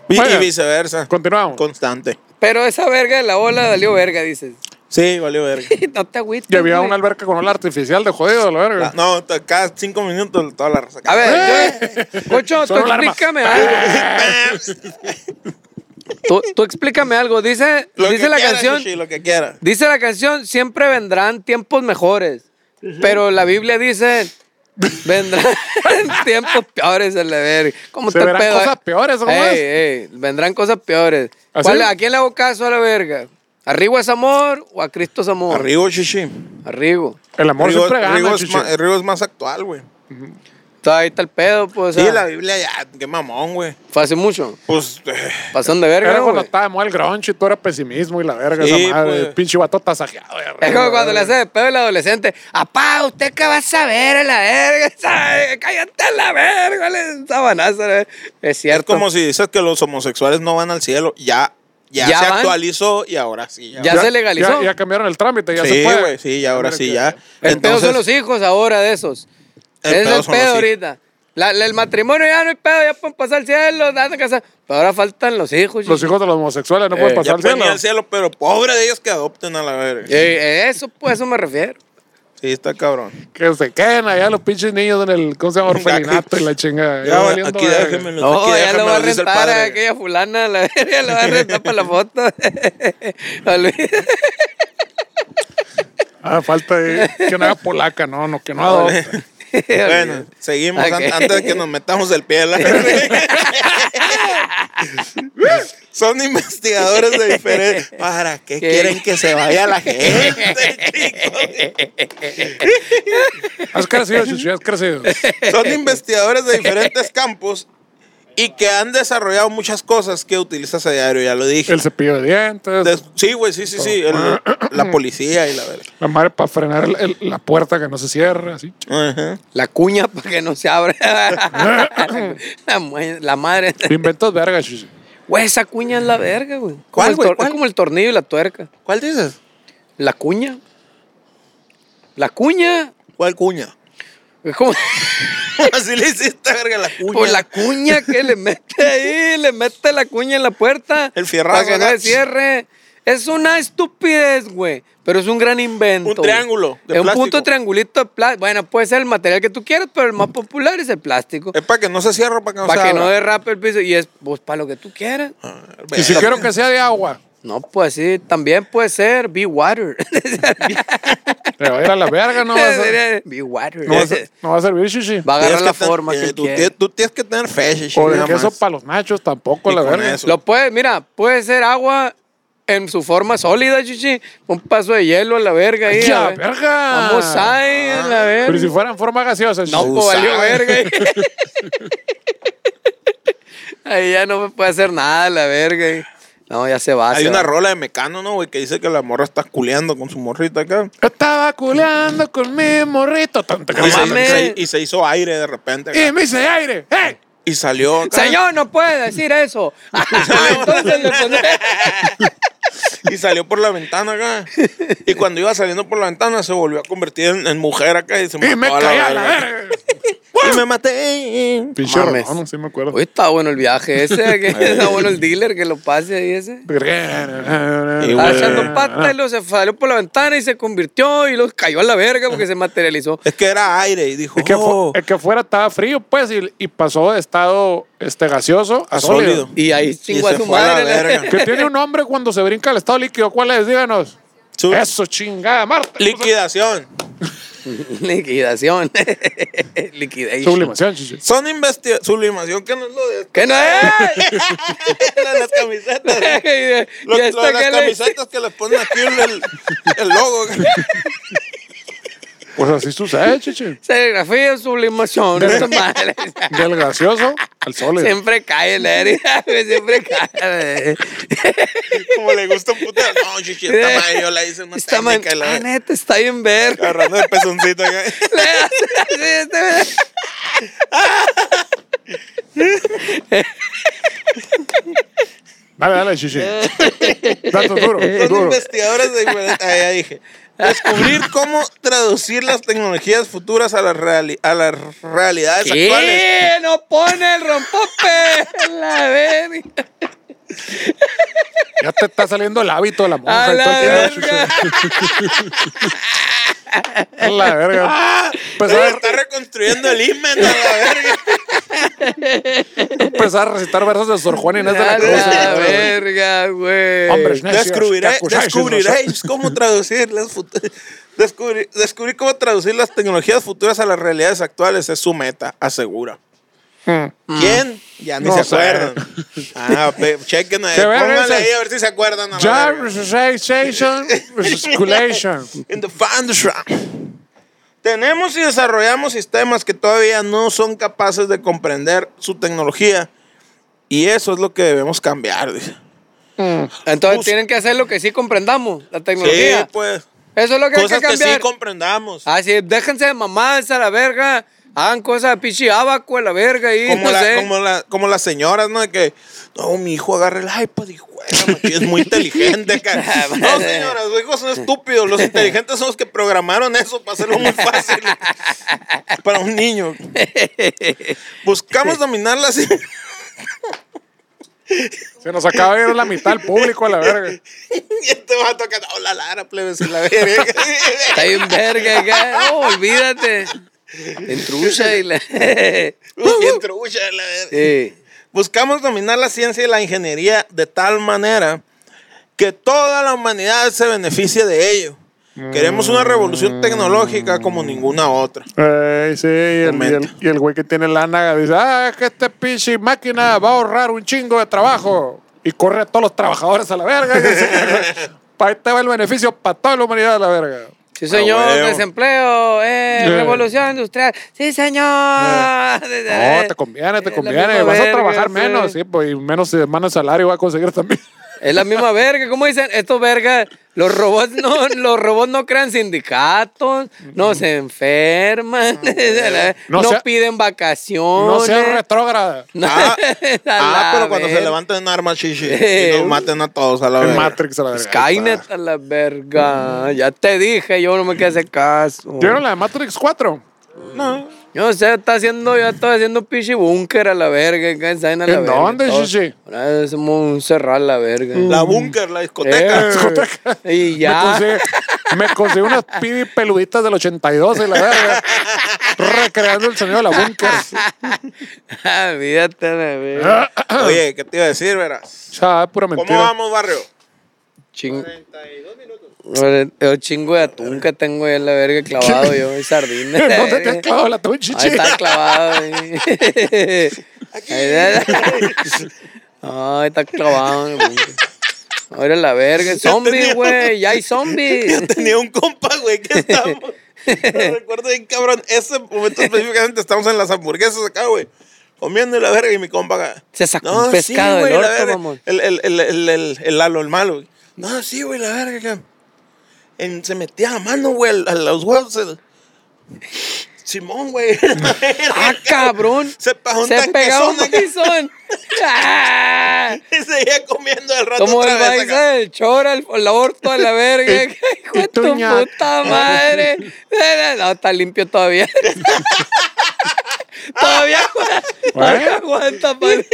[SPEAKER 2] Y,
[SPEAKER 1] Oiga.
[SPEAKER 2] y viceversa.
[SPEAKER 1] Continuamos.
[SPEAKER 2] Constante.
[SPEAKER 3] Pero esa verga de la ola valió verga, dices.
[SPEAKER 2] Sí, valió verga.
[SPEAKER 3] no te agüites.
[SPEAKER 1] Y había
[SPEAKER 3] güey.
[SPEAKER 1] una alberca con ola artificial de jodido, a la verga.
[SPEAKER 2] La- Ah, No, t- cada cinco minutos toda la raza.
[SPEAKER 3] A ver, yo- Cocho, tú
[SPEAKER 1] Sonó alarma.
[SPEAKER 3] explícame algo. tú, tú explícame algo. Dice,
[SPEAKER 2] Lo
[SPEAKER 3] dice
[SPEAKER 2] que
[SPEAKER 3] la
[SPEAKER 2] quiera,
[SPEAKER 3] canción.
[SPEAKER 2] Yoshi, lo que quiera.
[SPEAKER 3] Dice la canción, siempre vendrán tiempos mejores. Pero la Biblia dice, vendrán tiempos peores a la verga. ¿Cómo
[SPEAKER 1] Se
[SPEAKER 3] está el
[SPEAKER 1] verán
[SPEAKER 3] pedo,
[SPEAKER 1] cosas
[SPEAKER 3] eh?
[SPEAKER 1] peores, ¿cómo ¿Ah, es?
[SPEAKER 3] Ey, ey, vendrán cosas peores.
[SPEAKER 1] ¿Así?
[SPEAKER 3] ¿Cuál- ¿A quién le hago caso a la verga? ¿Arriba es amor o a Cristo es amor?
[SPEAKER 2] Arrigo, chichi.
[SPEAKER 3] Arrigo.
[SPEAKER 1] El amor
[SPEAKER 2] Rigo,
[SPEAKER 1] siempre gana,
[SPEAKER 2] Rigo es eh,
[SPEAKER 1] chichi.
[SPEAKER 2] más, Rigo es más actual, güey.
[SPEAKER 3] Está ahí está el pedo, pues. o
[SPEAKER 2] Sí,
[SPEAKER 3] sea,
[SPEAKER 2] la Biblia ya, qué mamón, güey.
[SPEAKER 3] Fue hace mucho.
[SPEAKER 2] Pues, eh,
[SPEAKER 3] Pasón de verga,
[SPEAKER 1] Era
[SPEAKER 3] ¿no,
[SPEAKER 1] cuando
[SPEAKER 3] güey?
[SPEAKER 1] estaba de moda el grunge y todo era pesimismo y la verga,
[SPEAKER 2] Sí,
[SPEAKER 1] esa madre.
[SPEAKER 2] pues.
[SPEAKER 1] Pinche vato tasajeado. la
[SPEAKER 3] Es
[SPEAKER 1] verga.
[SPEAKER 3] como cuando le hace de pedo el adolescente. Apá, ¿usted qué va a saber a la verga? ¿Sabe? Cállate a la verga, le sabanazo. a la verga. Es
[SPEAKER 2] es
[SPEAKER 3] cierto.
[SPEAKER 2] como si dices que los homosexuales no van al cielo. Ya, ya,
[SPEAKER 3] Ya
[SPEAKER 2] se
[SPEAKER 3] van.
[SPEAKER 2] actualizó y ahora sí. Ya,
[SPEAKER 3] Ya
[SPEAKER 2] van.
[SPEAKER 3] se legalizó.
[SPEAKER 1] Ya, ya cambiaron el trámite, ya
[SPEAKER 2] sí,
[SPEAKER 1] se puede.
[SPEAKER 2] güey, sí, ya, ahora
[SPEAKER 1] Mira
[SPEAKER 2] sí,
[SPEAKER 1] que-
[SPEAKER 2] ya.
[SPEAKER 3] El pedo son los hijos ahora de esos.
[SPEAKER 2] El
[SPEAKER 3] es
[SPEAKER 2] pedo
[SPEAKER 3] el
[SPEAKER 2] son los
[SPEAKER 3] pedo
[SPEAKER 2] hijos.
[SPEAKER 3] ahorita. La- la- el matrimonio ya no hay pedo, ya pueden pasar al cielo, dando casa. Pero ahora faltan los hijos.
[SPEAKER 1] Los
[SPEAKER 3] chico.
[SPEAKER 1] hijos de los homosexuales no
[SPEAKER 3] Eh,
[SPEAKER 1] pueden
[SPEAKER 2] ya
[SPEAKER 1] pasar al
[SPEAKER 2] pueden ir
[SPEAKER 1] cielo.
[SPEAKER 2] al cielo, pero pobre de ellos que adopten a la verga.
[SPEAKER 3] Eh, eso, pues, eso me refiero.
[SPEAKER 2] Sí, está cabrón.
[SPEAKER 1] Que se queden allá los pinches niños en el, ¿cómo se llama? Orfelinato y la chingada. Ya
[SPEAKER 2] Ya,
[SPEAKER 1] valiendo
[SPEAKER 2] aquí
[SPEAKER 1] verga.
[SPEAKER 2] déjenmelo,
[SPEAKER 3] No,
[SPEAKER 2] aquí
[SPEAKER 3] ya lo va
[SPEAKER 2] déjenmelo,
[SPEAKER 3] a
[SPEAKER 2] dice el
[SPEAKER 3] rentar eh, a
[SPEAKER 2] padre.
[SPEAKER 3] aquella fulana, la verga, lo va a rentar para la foto. Olvídate.
[SPEAKER 1] Ah, falta de- que no haga polaca, no, no, que no adopte.
[SPEAKER 2] Bueno, seguimos an-
[SPEAKER 3] Ok.
[SPEAKER 2] antes de que nos metamos el pie. en la verga. Son investigadores de diferentes. ¿Para qué,
[SPEAKER 3] ¿Qué?
[SPEAKER 2] quieren que se vaya la gente, chicos?
[SPEAKER 1] Has crecido, Chuchu, has crecido.
[SPEAKER 2] Son investigadores de diferentes campos y que han desarrollado muchas cosas que utilizas a diario, ya lo dije.
[SPEAKER 1] El cepillo de dientes,
[SPEAKER 2] Des- sí, güey, sí, sí, sí. el- la policía y la verga.
[SPEAKER 1] la madre para frenar el- el- la puerta que no se cierra, así.
[SPEAKER 2] Ajá.
[SPEAKER 3] La cuña para que no se abra. la, mue- la madre.
[SPEAKER 1] Inventos verga, Chuchu.
[SPEAKER 3] Güey, esa cuña es la verga, güey. Como
[SPEAKER 2] ¿Cuál,
[SPEAKER 3] el
[SPEAKER 2] güey?
[SPEAKER 3] tor-
[SPEAKER 2] ¿Cuál?
[SPEAKER 3] Es como el tornillo y la tuerca.
[SPEAKER 2] ¿Cuál dices?
[SPEAKER 3] La cuña. La cuña.
[SPEAKER 2] ¿Cuál cuña?
[SPEAKER 3] Es como
[SPEAKER 2] Así le hiciste, verga, la cuña.
[SPEAKER 3] pues, la cuña que le mete ahí, le mete la cuña en la puerta.
[SPEAKER 2] El fierrazo,
[SPEAKER 3] Para que no
[SPEAKER 2] acá.
[SPEAKER 3] se cierre. Es una estupidez, güey. Pero es un gran invento.
[SPEAKER 2] Un
[SPEAKER 3] güey.
[SPEAKER 2] triángulo de
[SPEAKER 3] es un
[SPEAKER 2] plástico.
[SPEAKER 3] punto triangulito de plástico. Bueno, puede ser el material que tú quieras, pero el más popular es el plástico.
[SPEAKER 2] Es para que no se cierre, para que no
[SPEAKER 3] para
[SPEAKER 2] se
[SPEAKER 3] que no
[SPEAKER 2] abra. Ah,
[SPEAKER 3] derrape el piso. Y es pues, para lo que tú quieras.
[SPEAKER 1] Y si quiero que sea de agua,
[SPEAKER 3] No, pues sí, también puede ser Be Water.
[SPEAKER 1] te va a ir a la verga, no va a, ser-
[SPEAKER 3] Be Water.
[SPEAKER 1] no va a ser- no va a servir, Chuchu.
[SPEAKER 3] Va a agarrar
[SPEAKER 2] Tienes
[SPEAKER 3] la
[SPEAKER 2] que ten-
[SPEAKER 3] forma
[SPEAKER 2] eh,
[SPEAKER 3] que
[SPEAKER 2] tú,
[SPEAKER 3] quiera.
[SPEAKER 2] tie- tú tienes que tener fe,
[SPEAKER 1] O
[SPEAKER 2] chichi,
[SPEAKER 1] de
[SPEAKER 2] nada
[SPEAKER 1] queso
[SPEAKER 2] más.
[SPEAKER 1] para los nachos,
[SPEAKER 2] Y
[SPEAKER 1] tampoco, la
[SPEAKER 2] con
[SPEAKER 1] verga.
[SPEAKER 2] eso.
[SPEAKER 3] Lo puede, mira, puede ser agua en su forma sólida, chichi. Un paso de hielo a la verga ahí.
[SPEAKER 1] ¡Ya,
[SPEAKER 3] a ver.
[SPEAKER 1] verga!
[SPEAKER 3] Vamos ahí, a la verga.
[SPEAKER 1] Pero si fuera en forma gaseosa,
[SPEAKER 3] No,
[SPEAKER 1] chichi.
[SPEAKER 3] pues valió
[SPEAKER 2] sabe.
[SPEAKER 3] verga. Ahí ya no me puede hacer nada la verga. No, ya se va.
[SPEAKER 2] Hay
[SPEAKER 3] se
[SPEAKER 2] una
[SPEAKER 3] va.
[SPEAKER 2] rola de Mecano, ¿no, güey? Que dice que la morra está culeando con su morrita acá.
[SPEAKER 1] Estaba culeando con mi morrito. Tanto que
[SPEAKER 2] Y se,
[SPEAKER 3] mames.
[SPEAKER 2] y se- y se hizo aire de repente. acá.
[SPEAKER 1] y me hice aire. ¡Hey!
[SPEAKER 2] Y salió. acá.
[SPEAKER 3] Señor, no puede decir eso. Entonces le pondré-
[SPEAKER 2] Y salió por la ventana acá. Y cuando iba saliendo por la ventana se volvió a convertir en, en mujer acá y se
[SPEAKER 1] Y me
[SPEAKER 2] mató a la
[SPEAKER 1] caí a la
[SPEAKER 2] verga.
[SPEAKER 1] verga.
[SPEAKER 2] Y me maté.
[SPEAKER 1] Pinche
[SPEAKER 3] Mames.
[SPEAKER 1] no sí me acuerdo.
[SPEAKER 3] Uy, está bueno el viaje ese. que está bueno el dealer que lo pase ahí ese. Estaba
[SPEAKER 2] güey.
[SPEAKER 3] Ah, echando pata y luego se salió por la ventana y se convirtió y los cayó a la verga porque se materializó.
[SPEAKER 2] Es que era aire y dijo,
[SPEAKER 1] Es que, fu-
[SPEAKER 2] "Oh,
[SPEAKER 1] es que fuera estaba frío, pues, y, y pasó de estado este, gaseoso a
[SPEAKER 2] a sólido.
[SPEAKER 1] sólido.
[SPEAKER 3] Y ahí chingó
[SPEAKER 2] Y
[SPEAKER 3] a
[SPEAKER 2] se
[SPEAKER 3] su
[SPEAKER 2] fue a la
[SPEAKER 3] madre. la-
[SPEAKER 2] verga.
[SPEAKER 1] Que tiene un nombre cuando se brinca el estado líquido. ¿Cuál es? Díganos.
[SPEAKER 2] Su-
[SPEAKER 1] Eso, chingada, Marta.
[SPEAKER 2] Liquidación.
[SPEAKER 3] Liquidación. Liquidación.
[SPEAKER 1] Sublimación, chichi.
[SPEAKER 2] Son investigaciones. Sublimación, que no es lo de
[SPEAKER 3] ¿Qué no es?
[SPEAKER 2] lo de las camisetas.
[SPEAKER 3] y de- y
[SPEAKER 2] Lo,
[SPEAKER 3] esto
[SPEAKER 2] lo de
[SPEAKER 3] que
[SPEAKER 2] las
[SPEAKER 3] le-
[SPEAKER 2] camisetas que les ponen aquí el, el- el logo.
[SPEAKER 1] Pues así sucede, chichi.
[SPEAKER 3] Serigrafía, sublimación. no está mal.
[SPEAKER 1] Del gaseoso al sólido.
[SPEAKER 3] Siempre cae la herida, güey, siempre cae.
[SPEAKER 2] Como le gusta un puto. No, chichi, esta madre yo la hice una
[SPEAKER 3] Está Eh, man-
[SPEAKER 2] técnica. y la-
[SPEAKER 3] Ah, neta, está bien ver.
[SPEAKER 2] agarrando el pezoncito acá.
[SPEAKER 3] Le hace así, este
[SPEAKER 1] Dale, dale, chichi. Dato duro,
[SPEAKER 2] Son
[SPEAKER 1] duro.
[SPEAKER 2] investigadores de diferentes. Ah, ya dije. Descubrir cómo traducir las tecnologías futuras a las, reali- a las realidades actuales.
[SPEAKER 3] ¿Qué? No pone el rompope. La verga.
[SPEAKER 1] Ya te está saliendo el hábito de la monja.
[SPEAKER 3] A
[SPEAKER 1] y todo
[SPEAKER 3] la
[SPEAKER 1] el pedo,
[SPEAKER 3] verga.
[SPEAKER 1] chichi. A la verga.
[SPEAKER 3] Pues
[SPEAKER 1] Empezó a,
[SPEAKER 3] eh.
[SPEAKER 2] Está reconstruyendo el imen a la verga.
[SPEAKER 1] empezó a recitar versos de Sor Juan Inés de la
[SPEAKER 3] A
[SPEAKER 1] Cruz.
[SPEAKER 3] la verga, güey.
[SPEAKER 1] Hombres necios,
[SPEAKER 2] Descubriré,
[SPEAKER 1] que acusáis,
[SPEAKER 2] descubriréis cómo traducir las futuras. Descubrir, descubrir cómo traducir las tecnologías futuras a las realidades actuales es su meta, asegura.
[SPEAKER 1] Mm.
[SPEAKER 2] ¿Quién? Ya ni
[SPEAKER 1] No
[SPEAKER 2] se
[SPEAKER 1] sé.
[SPEAKER 2] acuerdan. Ah, pe- chequen ahí.
[SPEAKER 1] Qué verga
[SPEAKER 2] Pónganle
[SPEAKER 1] esa.
[SPEAKER 2] ahí a ver si se acuerdan. a la
[SPEAKER 1] Job
[SPEAKER 2] verga.
[SPEAKER 1] Resuscitation, Resusculation.
[SPEAKER 2] In the Thunderstruck. Tenemos y desarrollamos sistemas que todavía no son capaces de comprender su tecnología. Y eso es lo que debemos cambiar. dice.
[SPEAKER 3] Entonces
[SPEAKER 2] Bus-
[SPEAKER 3] tienen que hacer lo que sí comprendamos, la
[SPEAKER 2] Sí,
[SPEAKER 3] tecnología.
[SPEAKER 2] pues.
[SPEAKER 3] Eso es lo que hay
[SPEAKER 2] Cosas
[SPEAKER 3] que
[SPEAKER 2] que,
[SPEAKER 3] cambiar. Ah,
[SPEAKER 2] sí comprendamos.
[SPEAKER 3] Así, déjense de mamadas a la verga. Hagan cosas de pichi abaco a la verga y
[SPEAKER 2] como,
[SPEAKER 3] no
[SPEAKER 2] la-
[SPEAKER 3] sé.
[SPEAKER 2] como, la- como las señoras, ¿no? De que, no, mi hijo agarra el iPad y juega, macho, es muy inteligente. cara".
[SPEAKER 3] Ah,
[SPEAKER 2] No, señoras, los hijos son estúpidos. Los inteligentes son los que programaron eso para hacerlo muy fácil para un niño. Buscamos dominar las...
[SPEAKER 1] Se nos acaba de ir la mitad del público a la verga.
[SPEAKER 2] Y este va a tocar, no, la Lara, plebes, y la verga.
[SPEAKER 3] Está bien verga acá. No, olvídate. Entrucha y la.
[SPEAKER 2] Bien trucha, la verga.
[SPEAKER 3] Sí.
[SPEAKER 2] Buscamos dominar la ciencia y la ingeniería de tal manera que toda la humanidad se beneficie de ello. Queremos una revolución tecnológica como ninguna otra.
[SPEAKER 1] Ey, sí, y el- y
[SPEAKER 2] Comenta.
[SPEAKER 1] el- y el güey que tiene lana dice, ah, es que este pinche máquina va a ahorrar un chingo de trabajo. Y corre a todos los trabajadores a la verga. Para ahí te va el beneficio para toda la humanidad a la verga.
[SPEAKER 3] Sí, señor,
[SPEAKER 2] Ah, huevo.
[SPEAKER 3] desempleo, eh,
[SPEAKER 1] Eh.
[SPEAKER 3] revolución industrial. Sí, señor.
[SPEAKER 1] Eh. No, te conviene, te
[SPEAKER 3] Es Eh, la
[SPEAKER 1] conviene.
[SPEAKER 3] misma
[SPEAKER 1] Vas a
[SPEAKER 3] verga,
[SPEAKER 1] trabajar
[SPEAKER 3] sí.
[SPEAKER 1] menos, sí, pues, y menos semana de salario va a conseguir también.
[SPEAKER 3] Es la misma verga. ¿Cómo dicen? Estos vergas, los robots no, los robots no crean sindicatos, no se enferman,
[SPEAKER 1] No
[SPEAKER 3] no,
[SPEAKER 1] sea-
[SPEAKER 3] piden vacaciones.
[SPEAKER 1] No seas retrógrada.
[SPEAKER 3] No.
[SPEAKER 2] Ah,
[SPEAKER 3] A
[SPEAKER 2] ah,
[SPEAKER 3] la
[SPEAKER 2] pero cuando se
[SPEAKER 3] verga.
[SPEAKER 2] levanten en armas, chichi, y nos maten a todos a la
[SPEAKER 1] En
[SPEAKER 2] verga.
[SPEAKER 1] Matrix a la verga.
[SPEAKER 3] Skynet a la verga.
[SPEAKER 1] Mm.
[SPEAKER 3] Ya te dije, yo no me quedé hacer caso.
[SPEAKER 1] ¿Vieron la de Matrix 4?
[SPEAKER 2] No.
[SPEAKER 3] Yo sé, está haciendo, yo estoy haciendo un pinche búnker a la verga. acá En Zaina a la
[SPEAKER 1] ¿En
[SPEAKER 3] verga,
[SPEAKER 1] dónde,
[SPEAKER 3] todo.
[SPEAKER 1] chichi?
[SPEAKER 3] Ahora Es un cerrar la verga.
[SPEAKER 2] La búnker, la discoteca.
[SPEAKER 1] Eh. discoteca.
[SPEAKER 3] Eh, Y
[SPEAKER 1] Me
[SPEAKER 3] ya.
[SPEAKER 1] conseguí, me conseguí unas pidi peluditas del 82 y la verga. recreando el sonido de la búnker.
[SPEAKER 3] Olvídate la verga.
[SPEAKER 1] Ah, ah,
[SPEAKER 2] Oye, ¿qué te iba a decir, verás?
[SPEAKER 1] ya, es pura
[SPEAKER 2] ¿Cómo
[SPEAKER 1] mentira.
[SPEAKER 2] vamos, barrio?
[SPEAKER 3] Ching-
[SPEAKER 4] 32 minutos.
[SPEAKER 3] el chingo de atún que tengo ahí en la verga clavado yo, y sardinas.
[SPEAKER 1] ¿En dónde te has clavado la tuya,
[SPEAKER 3] Ahí
[SPEAKER 1] chichi?
[SPEAKER 3] está clavado. ahí. Ahí está. Ahí está clavado. en el búnker. Ahora la verga. Zombies,
[SPEAKER 2] tenía-
[SPEAKER 3] güey. Ya hay zombies.
[SPEAKER 2] Yo tenía un compa, güey, que estábamos. no recuerdo bien, cabrón. Ese momento específicamente estamos en las hamburguesas acá, güey. Comiendo y la verga y mi compa acá.
[SPEAKER 3] Se sacó un pescado del
[SPEAKER 2] güey, la
[SPEAKER 3] orto,
[SPEAKER 2] verga".
[SPEAKER 3] mamón.
[SPEAKER 2] El, el, el, el, el, el Lalo, el malo. güey. No, sí, güey, la verga. acá. En- se metía la mano, güey, al- a los huevos. el- Simón, güey.
[SPEAKER 3] ¡Ah, cabrón!
[SPEAKER 2] Se pegó un
[SPEAKER 3] Se pegó un
[SPEAKER 2] tanquezón acá.
[SPEAKER 3] tizón. ¡Ah!
[SPEAKER 2] Y seguía comiendo al rato
[SPEAKER 3] Como
[SPEAKER 2] otra
[SPEAKER 3] el
[SPEAKER 2] vez acá.
[SPEAKER 3] paisa del chora, el, el aborto a la verga. ¡Hijo de tu
[SPEAKER 1] tuña.
[SPEAKER 3] puta madre! Eh, No, está limpio todavía. todavía aguanta. Todavía aguanta, padre.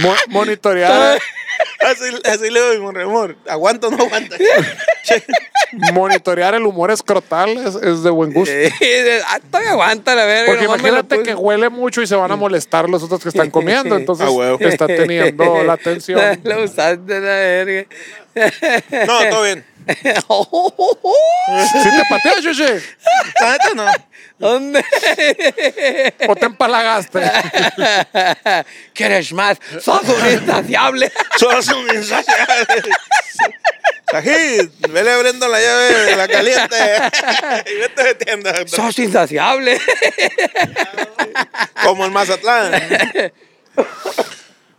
[SPEAKER 1] Mo- monitorear,
[SPEAKER 2] Así, así le doy, mi remor. ¿Aguanta o no aguanta?
[SPEAKER 1] monitorear el humor escrotal es, es de buen gusto.
[SPEAKER 3] Sí, dices, "Ah, Todavía aguanta la verga.
[SPEAKER 1] Porque
[SPEAKER 3] nomás me la
[SPEAKER 1] imagínate
[SPEAKER 3] puse".
[SPEAKER 1] que huele mucho y se van a molestar los otros que están comiendo. Entonces
[SPEAKER 2] Ah, huevo.
[SPEAKER 1] está teniendo la atención.
[SPEAKER 3] La usaste la verga.
[SPEAKER 2] No, todo bien.
[SPEAKER 1] Si te pateas, Yushi,
[SPEAKER 2] La neta no.
[SPEAKER 3] ¿Dónde?
[SPEAKER 1] o te empalagaste.
[SPEAKER 3] ¿Quieres más? ¡Sos un insaciable!
[SPEAKER 2] Solo es un insaciable. Sajid, vele abriendo la llave, la caliente. y vete metiendo.
[SPEAKER 3] ¡Sos insaciable!
[SPEAKER 2] Como en Mazatlán.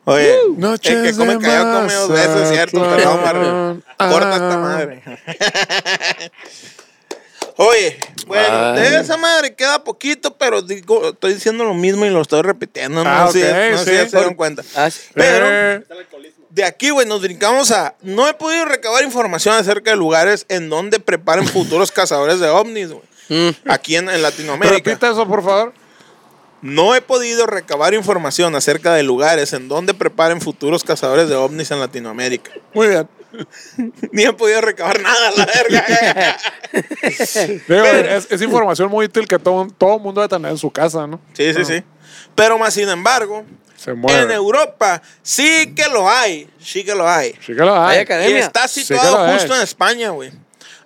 [SPEAKER 2] Oye, el Eh, que come callado come dos veces, ¿cierto? Perdón, Mario. Corta
[SPEAKER 1] Ah.
[SPEAKER 2] esta madre. Oye, bueno, de esa madre queda poquito, pero digo, estoy diciendo lo mismo y lo estoy repitiendo. No,
[SPEAKER 1] Ah,
[SPEAKER 2] sé,
[SPEAKER 1] ok,
[SPEAKER 2] no sé si
[SPEAKER 1] sí.
[SPEAKER 2] ya se dieron cuenta.
[SPEAKER 3] Ah, sí.
[SPEAKER 2] Pero
[SPEAKER 1] Eh,
[SPEAKER 4] Está el alcoholismo.
[SPEAKER 2] De aquí, güey, nos brincamos a. No he podido recabar información acerca de lugares en donde preparen futuros cazadores de ovnis, güey. Aquí en, en Latinoamérica.
[SPEAKER 1] Mm. repita eso, por favor.
[SPEAKER 2] No he podido recabar información acerca de lugares en donde preparen futuros cazadores de ovnis en Latinoamérica.
[SPEAKER 1] Muy bien.
[SPEAKER 2] Ni he podido recabar nada, la verga.
[SPEAKER 1] Digo, es, es información muy útil que todo, todo mundo debe tener en su casa, ¿no?
[SPEAKER 2] sí, sí, sí. Pero más sin embargo,
[SPEAKER 1] Se
[SPEAKER 2] en
[SPEAKER 1] mueve.
[SPEAKER 2] Europa sí que lo hay. Sí que lo hay.
[SPEAKER 1] Sí que lo hay.
[SPEAKER 3] Vaya que-
[SPEAKER 2] Y
[SPEAKER 3] Academia.
[SPEAKER 2] está
[SPEAKER 1] Sí
[SPEAKER 2] situado
[SPEAKER 1] que lo
[SPEAKER 2] justo
[SPEAKER 1] es.
[SPEAKER 2] en España, güey.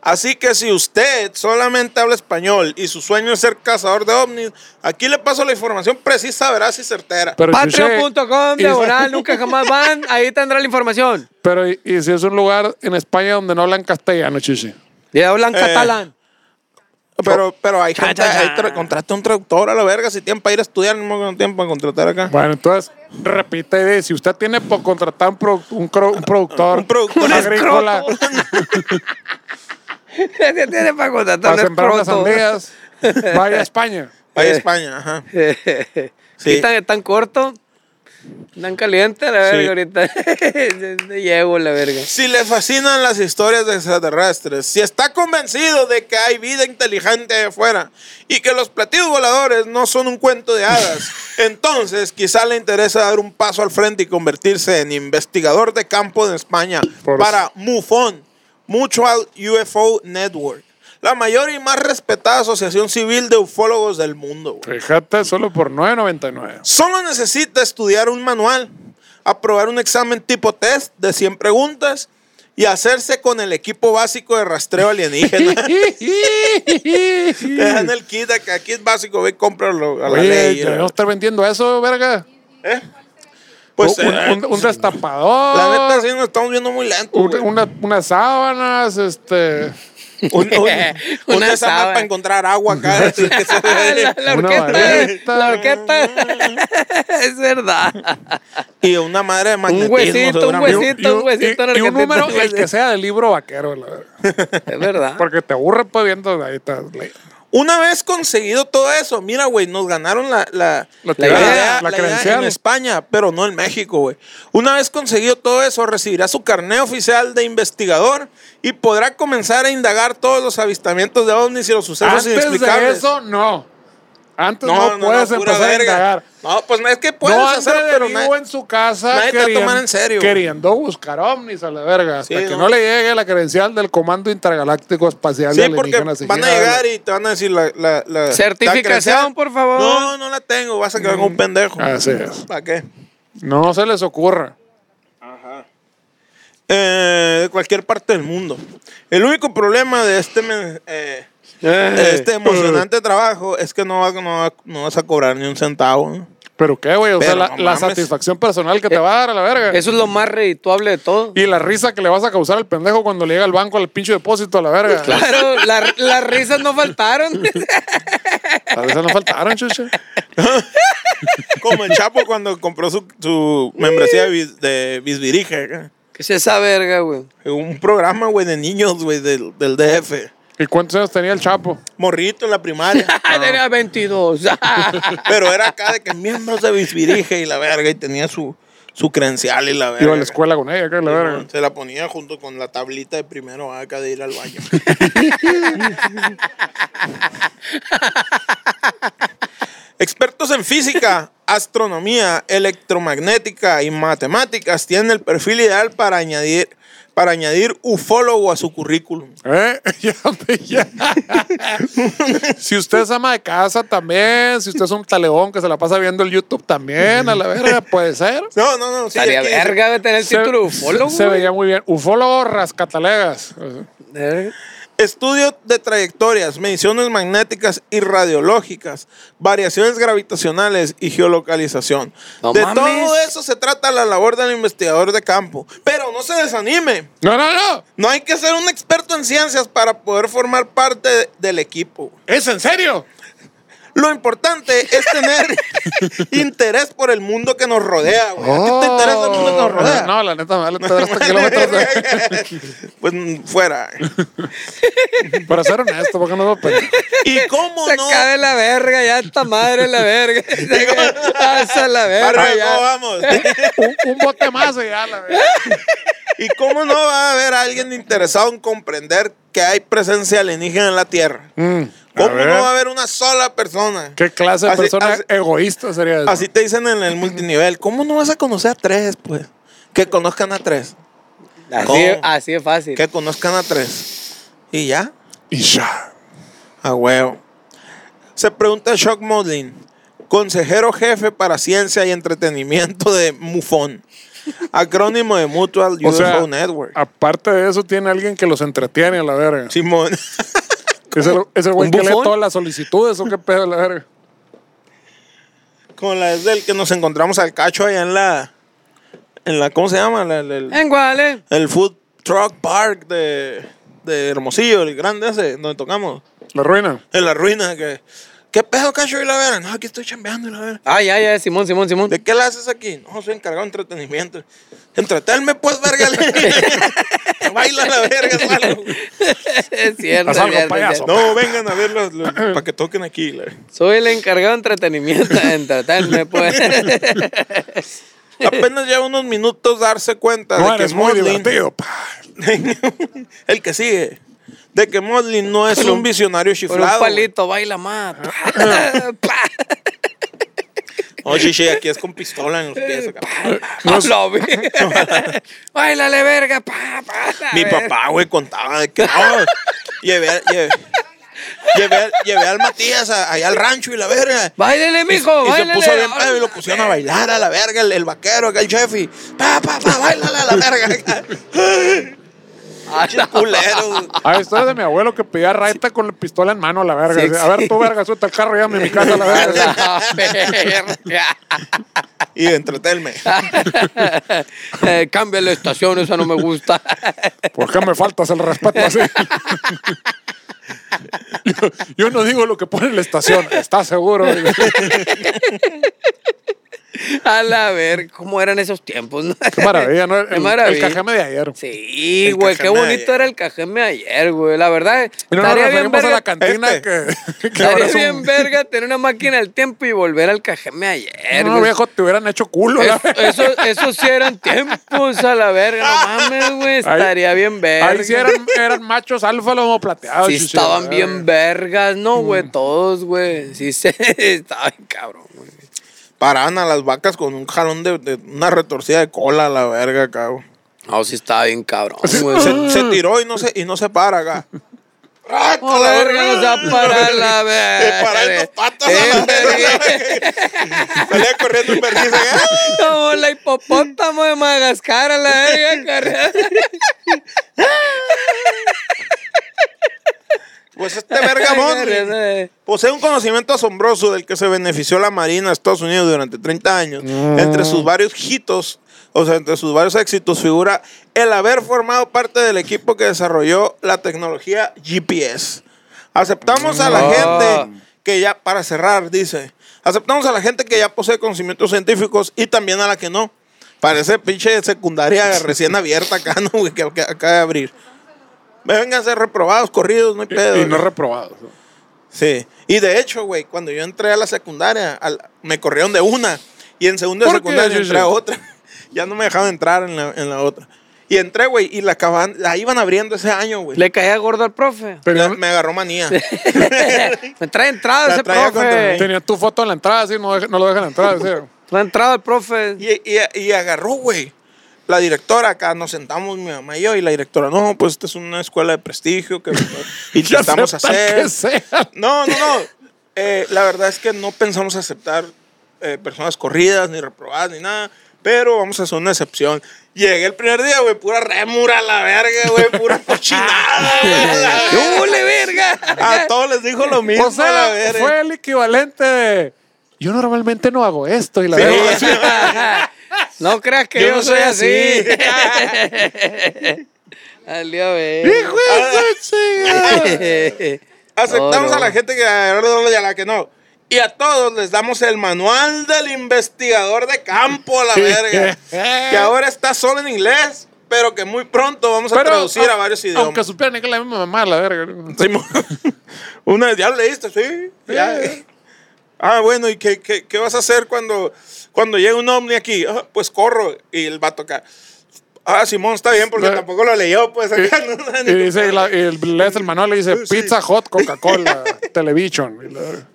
[SPEAKER 2] Así que si usted solamente habla español y su sueño es ser cazador de ovnis, aquí le paso la información precisa, veraz y certera.
[SPEAKER 1] Pero,
[SPEAKER 3] Patreon.com,
[SPEAKER 1] Yushi, y-
[SPEAKER 3] diagonal, nunca jamás van. Ahí tendrá la información.
[SPEAKER 1] Pero, ¿y, y si es un lugar en España donde no hablan castellano, chichi?
[SPEAKER 3] Y hablan
[SPEAKER 2] Eh.
[SPEAKER 3] catalán.
[SPEAKER 2] Pero, pero hay
[SPEAKER 3] Cha,
[SPEAKER 2] gente,
[SPEAKER 3] cha, cha.
[SPEAKER 2] hay tra- contrata un traductor a la verga, si tienen para ir a estudiar, no tengo tiempo para contratar acá.
[SPEAKER 1] Bueno, entonces, repite, eh, si usted tiene por contratar un, pro- un, cro- un productor,
[SPEAKER 2] Un productor
[SPEAKER 1] agrícola,
[SPEAKER 3] ¿Qué tiene para contratar?
[SPEAKER 1] para sembrar unas sandías, vaya a España.
[SPEAKER 2] Ahí
[SPEAKER 3] Eh.
[SPEAKER 2] España, ajá. Sí.
[SPEAKER 3] Sí. Están tan corto, tan caliente la verga
[SPEAKER 2] Sí.
[SPEAKER 3] ahorita. Se- se Llevo la verga.
[SPEAKER 2] Si le fascinan las historias de extraterrestres, si está convencido de que hay vida inteligente allá afuera y que los platillos voladores no son un cuento de hadas, entonces quizá le interesa dar un paso al frente y convertirse en investigador de campo en España
[SPEAKER 1] Por-
[SPEAKER 2] para MUFON, Mutual UFO Network, la mayor y más respetada asociación civil de ufólogos del mundo. güey.
[SPEAKER 1] Fíjate, solo por 9.99.
[SPEAKER 2] Solo necesita estudiar un manual, aprobar un examen tipo test de 100 preguntas y hacerse con el equipo básico de rastreo alienígena. Te dan el kit acá, kit básico, ve y cómpralo a la
[SPEAKER 1] Oye,
[SPEAKER 2] ley.
[SPEAKER 1] debemos estar vendiendo eso, verga.
[SPEAKER 2] ¿Eh? Pues
[SPEAKER 1] un,
[SPEAKER 2] eh,
[SPEAKER 1] un- un destapador.
[SPEAKER 2] la neta sí nos estamos viendo muy lento.
[SPEAKER 1] un-
[SPEAKER 2] güey.
[SPEAKER 1] una- unas sábanas, este.
[SPEAKER 2] Un, un, un
[SPEAKER 3] Una
[SPEAKER 2] desamar
[SPEAKER 3] sábana.
[SPEAKER 2] para encontrar agua acá. Así que se
[SPEAKER 3] Ah, La,
[SPEAKER 2] ve.
[SPEAKER 3] la
[SPEAKER 1] Una
[SPEAKER 3] orquesta, eh,
[SPEAKER 1] vareta.
[SPEAKER 3] la orquesta. es verdad.
[SPEAKER 2] y una madre de magnetismo.
[SPEAKER 3] huesito, un
[SPEAKER 2] seguramente.
[SPEAKER 3] huesito. Besito, un besito en el
[SPEAKER 1] y un
[SPEAKER 3] que te-
[SPEAKER 1] número, el que sea del libro vaquero, la verga.
[SPEAKER 3] Es verdad.
[SPEAKER 1] Porque te aburre pues viendo ahí está, le-
[SPEAKER 2] Una vez conseguido todo eso, mira, güey, nos ganaron la, la,
[SPEAKER 1] La
[SPEAKER 2] la
[SPEAKER 1] tirada,
[SPEAKER 2] idea,
[SPEAKER 1] la
[SPEAKER 2] la idea
[SPEAKER 1] credencial.
[SPEAKER 2] en España, pero no en México, güey. Una vez conseguido todo eso, recibirá su carné oficial de investigador y podrá comenzar a indagar todos los avistamientos de ovnis y los sucesos
[SPEAKER 1] Antes de
[SPEAKER 2] inexplicables.
[SPEAKER 1] eso, no. Antes no, puedes
[SPEAKER 2] pura
[SPEAKER 1] empezar a
[SPEAKER 2] verga.
[SPEAKER 1] indagar.
[SPEAKER 2] No, pues es que puedes
[SPEAKER 1] no
[SPEAKER 2] hacer,
[SPEAKER 1] ande de
[SPEAKER 2] pero
[SPEAKER 1] vivo
[SPEAKER 2] na-
[SPEAKER 1] en su casa
[SPEAKER 2] nadie te va a tomar en serio, güey.
[SPEAKER 1] queriendo buscar ovnis a la verga. Hasta
[SPEAKER 2] Sí,
[SPEAKER 1] que
[SPEAKER 2] no.
[SPEAKER 1] no. le llegue la credencial del Comando Intergaláctico Espacial de
[SPEAKER 2] Sí, porque
[SPEAKER 1] Alienígenas.
[SPEAKER 2] van a llegar y te van a decir la... la, la- la
[SPEAKER 3] Certificación,
[SPEAKER 2] credencial.
[SPEAKER 3] por favor.
[SPEAKER 2] No, no la tengo, vas a quedar
[SPEAKER 1] Mm.
[SPEAKER 2] como un pendejo.
[SPEAKER 1] Así es.
[SPEAKER 2] ¿Para qué?
[SPEAKER 1] No se les ocurra.
[SPEAKER 2] eh, de cualquier parte del mundo. El único problema de este, men- eh, este de este emocionante trabajo es que no, va- no, va- no vas a cobrar ni un centavo. ¿no?
[SPEAKER 1] Pero qué, güey, o sea,
[SPEAKER 2] Pero
[SPEAKER 1] la,
[SPEAKER 2] no
[SPEAKER 1] la
[SPEAKER 2] mames. Eh,
[SPEAKER 1] satisfacción personal que te va a dar a la verga.
[SPEAKER 3] Eso es lo más redituable de todo.
[SPEAKER 1] Y la risa que le vas a causar al pendejo cuando le llega al banco al pinche depósito a la verga.
[SPEAKER 3] Claro, la- las risas no faltaron.
[SPEAKER 1] A veces no faltaron, chuche.
[SPEAKER 2] Como el Chapo cuando compró su, su membresía de, bis- de Bisbirige. acá.
[SPEAKER 3] ¿Qué es esa verga, güey?
[SPEAKER 2] Un programa, güey, de niños, güey, del, del DF.
[SPEAKER 1] ¿Y cuántos años tenía el Chapo?
[SPEAKER 2] Morrito en la primaria.
[SPEAKER 3] Ah, tenía Ah. 22.
[SPEAKER 2] Pero era acá de que miembros de Bisbirige y la verga. Y tenía su, su credencial y la verga.
[SPEAKER 1] Iba a la escuela con ella, que la verga.
[SPEAKER 2] Se la ponía junto con la tablita de primero acá de ir al baño. Expertos en física, astronomía, electromagnética y matemáticas tienen el perfil ideal para añadir, para añadir ufólogo a su currículum.
[SPEAKER 1] ¿Eh? Ya, hombre, ya. si usted es ama de casa también, si usted es un taleón que se la pasa viendo el YouTube también, a la verga, puede ser.
[SPEAKER 2] No, no, no. sí,
[SPEAKER 3] Estaría
[SPEAKER 2] aquí dice-
[SPEAKER 3] verga de tener el título de ufólogo.
[SPEAKER 1] se
[SPEAKER 3] güey.
[SPEAKER 1] veía muy bien. Ufólogo rascatalegas.
[SPEAKER 3] Verga.
[SPEAKER 2] Estudio de trayectorias, mediciones magnéticas y radiológicas, variaciones gravitacionales y geolocalización.
[SPEAKER 3] No
[SPEAKER 2] de
[SPEAKER 3] mames.
[SPEAKER 2] todo eso se trata la labor del investigador de campo. Pero no se desanime.
[SPEAKER 1] No, no, no.
[SPEAKER 2] No hay que ser un experto en ciencias para poder formar parte de- del equipo.
[SPEAKER 1] ¿Es en serio?
[SPEAKER 2] Lo importante es tener interés por el mundo que nos rodea, güey. ¿A ti
[SPEAKER 3] Oh.
[SPEAKER 2] te interesa el mundo que nos rodea?
[SPEAKER 1] Oh. No, la neta, me vale 300 kilómetros. de-
[SPEAKER 2] pues fuera.
[SPEAKER 1] Para ser honesto, porque no lo pendejo.
[SPEAKER 2] ¿Y cómo
[SPEAKER 3] Se
[SPEAKER 2] no?
[SPEAKER 3] cae la verga, ya esta madre la verga. Hasta la verga.
[SPEAKER 2] Arre, ¿cómo
[SPEAKER 3] ya.
[SPEAKER 2] vamos?
[SPEAKER 1] un, un bote más y ya, la verga.
[SPEAKER 2] ¿Y cómo no va a haber alguien interesado en comprender que hay presencia alienígena en la Tierra?
[SPEAKER 1] Mm, a
[SPEAKER 2] ¿Cómo
[SPEAKER 1] ver.
[SPEAKER 2] no va a haber una sola persona?
[SPEAKER 1] ¿Qué clase de
[SPEAKER 2] Así-
[SPEAKER 1] persona
[SPEAKER 2] así-
[SPEAKER 1] egoísta sería eso?
[SPEAKER 2] Así te dicen en el multinivel. ¿Cómo no vas a conocer a tres, pues? Que conozcan a tres.
[SPEAKER 3] Así,
[SPEAKER 2] ¿Cómo?
[SPEAKER 3] así es fácil.
[SPEAKER 2] Que conozcan a tres. ¿Y ya?
[SPEAKER 1] Y ya.
[SPEAKER 2] A huevo. Se pregunta Shock Modlin, consejero jefe para ciencia y entretenimiento de MUFON, acrónimo de Mutual UFO
[SPEAKER 1] O sea,
[SPEAKER 2] Network.
[SPEAKER 1] aparte de eso, tiene alguien que los entretiene a la verga.
[SPEAKER 2] Simón.
[SPEAKER 1] Es el, es el güey
[SPEAKER 2] ¿Un
[SPEAKER 1] que lee
[SPEAKER 2] bufón?
[SPEAKER 1] todas las solicitudes o qué pedo a la verga.
[SPEAKER 2] Con la vez del que nos encontramos al cacho allá en la. En la ¿Cómo se llama? La- la- el,
[SPEAKER 3] En Guale.
[SPEAKER 2] el Food Truck Park de, de Hermosillo, el grande ese, donde tocamos.
[SPEAKER 1] La ruina.
[SPEAKER 2] En la ruina, que. ¿Qué pedo, cacho? Y la vera. No, aquí estoy chambeando y la vera.
[SPEAKER 3] Ay, ay, ay, Simón, Simón, Simón.
[SPEAKER 2] ¿De qué la haces aquí? No, soy encargado de entretenimiento. Entretenme, pues, verga. Baila la verga, salo.
[SPEAKER 3] Es cierto.
[SPEAKER 1] Haz algo,
[SPEAKER 3] es cierto,
[SPEAKER 1] payaso.
[SPEAKER 3] es cierto.
[SPEAKER 2] No, vengan a ver los, para que toquen aquí. la-
[SPEAKER 3] Soy el encargado de entretenimiento. Entretenme, pues.
[SPEAKER 2] Apenas lleva unos minutos darse cuenta
[SPEAKER 1] No
[SPEAKER 2] de que
[SPEAKER 1] eres muy
[SPEAKER 2] Motley-
[SPEAKER 1] divertido. pa.
[SPEAKER 2] el que sigue. De que Motley no es un visionario
[SPEAKER 3] Con
[SPEAKER 2] chiflado.
[SPEAKER 3] un
[SPEAKER 2] güey. Ah.
[SPEAKER 3] palito baila más. Pa, pa.
[SPEAKER 2] No, chichi, aquí es con pistola en los pies. acá.
[SPEAKER 3] No lo vi. Báilale, verga. Pa, pa, la
[SPEAKER 2] Mi
[SPEAKER 3] verga.
[SPEAKER 2] papá, güey, contaba de que no, llevé, a- llevé, llevé, a- llevé al Matías a- allá al rancho y la verga.
[SPEAKER 3] Báilele, mijo.
[SPEAKER 2] Y se
[SPEAKER 3] báilele.
[SPEAKER 2] puso bien pedo y lo pusieron a bailar a la verga, el, el vaquero, acá el chef y pa, pa, pa, bailale a la verga.
[SPEAKER 3] Ah,
[SPEAKER 2] Pinches culeros, güey.
[SPEAKER 1] Hay historias de mi abuelo que pedía raita con la pistola en mano a la verga.
[SPEAKER 3] Sí,
[SPEAKER 1] Dice, A ver,
[SPEAKER 3] sí.
[SPEAKER 1] tú, verga, suelta el carro, llévame a mi casa a la
[SPEAKER 3] A
[SPEAKER 1] verga.
[SPEAKER 3] la verga.
[SPEAKER 2] Y entretenme.
[SPEAKER 3] Eh, Cambia la estación, esa no me gusta.
[SPEAKER 1] ¿Por qué me faltas el respeto así? yo, yo no digo lo que pone en la estación. ¿Estás seguro? qué
[SPEAKER 3] A la ver, ¿cómo eran esos tiempos? no?
[SPEAKER 1] maravilla, ¿no? El,
[SPEAKER 3] Qué maravilla.
[SPEAKER 1] el cajeme de ayer.
[SPEAKER 3] Sí,
[SPEAKER 2] El
[SPEAKER 3] güey, qué
[SPEAKER 2] cajeme
[SPEAKER 3] bonito
[SPEAKER 2] ayer.
[SPEAKER 3] era el cajeme ayer, güey. La verdad,
[SPEAKER 1] Y no nos
[SPEAKER 3] estaría bien
[SPEAKER 1] referimos a
[SPEAKER 3] verga,
[SPEAKER 1] la cantina
[SPEAKER 2] Este.
[SPEAKER 1] que, que ahora
[SPEAKER 3] estaría
[SPEAKER 1] es
[SPEAKER 3] bien
[SPEAKER 1] un-
[SPEAKER 3] verga tener una máquina del tiempo y volver al cajeme ayer,
[SPEAKER 1] No,
[SPEAKER 3] güey.
[SPEAKER 1] viejo, te hubieran hecho culo. la
[SPEAKER 3] Es- Eso, eso sí eran tiempos a la verga, no mames, güey. Estaría bien verga.
[SPEAKER 1] Ahí sí eran, eran machos alfa lomo plateados.
[SPEAKER 3] Sí
[SPEAKER 1] chuchi,
[SPEAKER 3] estaban
[SPEAKER 1] la
[SPEAKER 3] bien
[SPEAKER 1] verga.
[SPEAKER 3] vergas, ¿no, güey? Todos, güey. Sí, se... estaban cabrón, güey.
[SPEAKER 2] Paraban a las vacas con un jalón de, de una retorcida de cola a la verga, cabrón.
[SPEAKER 3] No, sí estaba bien cabrón, güey.
[SPEAKER 2] Se, se tiró y no se, y no se para acá. ¡Ah,
[SPEAKER 3] No, Ah. la verga no se va a parar la verga.
[SPEAKER 2] Se para en dos patas a la
[SPEAKER 3] Eh, verga.
[SPEAKER 2] Salía corriendo un vergüenza.
[SPEAKER 3] Como la hipopótamo de Madagascar a la verga, carnal.
[SPEAKER 2] Pues este verga Bondlin
[SPEAKER 3] eh.
[SPEAKER 2] posee pues, un conocimiento asombroso del que se benefició la Marina de Estados Unidos durante 30 años.
[SPEAKER 1] Mm.
[SPEAKER 2] Entre sus varios hitos, o sea, entre sus varios éxitos figura el haber formado parte del equipo que desarrolló la tecnología GPS. Aceptamos a la
[SPEAKER 3] Ah.
[SPEAKER 2] gente que ya, para cerrar, dice, aceptamos a la gente que ya posee conocimientos científicos y también a la que no. Parece pinche secundaria recién abierta acá, ¿no, güey? Que, que acaba de abrir. Vénganse reprobados, corridos, no hay pedo.
[SPEAKER 1] Y no
[SPEAKER 2] güey.
[SPEAKER 1] reprobado.
[SPEAKER 2] Sí. Y de hecho, güey, cuando yo entré a la secundaria, al- me corrieron de una. Y en segundo de
[SPEAKER 1] ¿Por qué,
[SPEAKER 2] secundaria
[SPEAKER 1] Yuyu?
[SPEAKER 2] entré a otra. ya no me dejaban entrar en la, en la otra. Y entré, güey, y la, acaban, la iban abriendo ese año, güey.
[SPEAKER 3] Le caía gordo al profe.
[SPEAKER 2] Me,
[SPEAKER 1] Tenía,
[SPEAKER 2] me agarró manía.
[SPEAKER 3] Me trae entrada
[SPEAKER 2] La
[SPEAKER 3] ese
[SPEAKER 2] traía contra
[SPEAKER 3] profe.
[SPEAKER 2] mí.
[SPEAKER 3] Me
[SPEAKER 1] tenía tu foto en la entrada, así, no, deja- no lo dejan entrar. así.
[SPEAKER 3] trae entrada el profe.
[SPEAKER 2] Y, y, y agarró, güey. La directora acá, nos sentamos mi mamá y yo, y la directora, no, pues esta es una escuela de prestigio que intentamos
[SPEAKER 1] Aceptar
[SPEAKER 2] hacer.
[SPEAKER 1] que sea.
[SPEAKER 2] No, no, no. Eh, la verdad es que no pensamos aceptar eh, personas corridas, ni reprobadas, ni nada. Pero vamos a hacer una excepción. Llegué el primer día, güey, pura remura a la verga, güey, pura cochinada. güey, a la verga.
[SPEAKER 3] ¡Yo le verga!
[SPEAKER 2] A todos les dijo lo mismo,
[SPEAKER 1] O
[SPEAKER 2] a la
[SPEAKER 1] sea,
[SPEAKER 2] verga.
[SPEAKER 1] fue el equivalente de. Yo normalmente no hago esto y la verdad.
[SPEAKER 2] Sí.
[SPEAKER 3] No creas que
[SPEAKER 2] Yo
[SPEAKER 3] yo,
[SPEAKER 2] no
[SPEAKER 3] soy
[SPEAKER 2] soy
[SPEAKER 3] así.
[SPEAKER 2] así.
[SPEAKER 3] Al día ver.
[SPEAKER 1] ¡Hijo
[SPEAKER 2] Ah.
[SPEAKER 1] de su chingada!
[SPEAKER 2] Aceptamos
[SPEAKER 1] Oh,
[SPEAKER 3] No, no.
[SPEAKER 2] a la gente que y a la que no. Y a todos les damos el manual del investigador de campo a la verga. que ahora está solo en inglés, pero que muy pronto vamos a traducir a,
[SPEAKER 1] au-
[SPEAKER 2] varios idiomas.
[SPEAKER 1] ah, Aunque supieran que es la misma mamá, la verga.
[SPEAKER 2] Simón. Una vez, ya lo leíste, sí. Ya.
[SPEAKER 1] Sí.
[SPEAKER 2] Ah, bueno, ¿y qué, qué, qué vas a hacer cuando, cuando llegue un ovni aquí? Ah, pues corro y el vato acá. Ah, Simón, está bien, porque
[SPEAKER 1] Sí.
[SPEAKER 2] tampoco lo leyó, pues acá no sabe
[SPEAKER 1] Y
[SPEAKER 2] ni-
[SPEAKER 1] dice, y la- y el- lees el manual y dice
[SPEAKER 2] Sí.
[SPEAKER 1] Pizza Hot, Coca-Cola, Television. y la verga.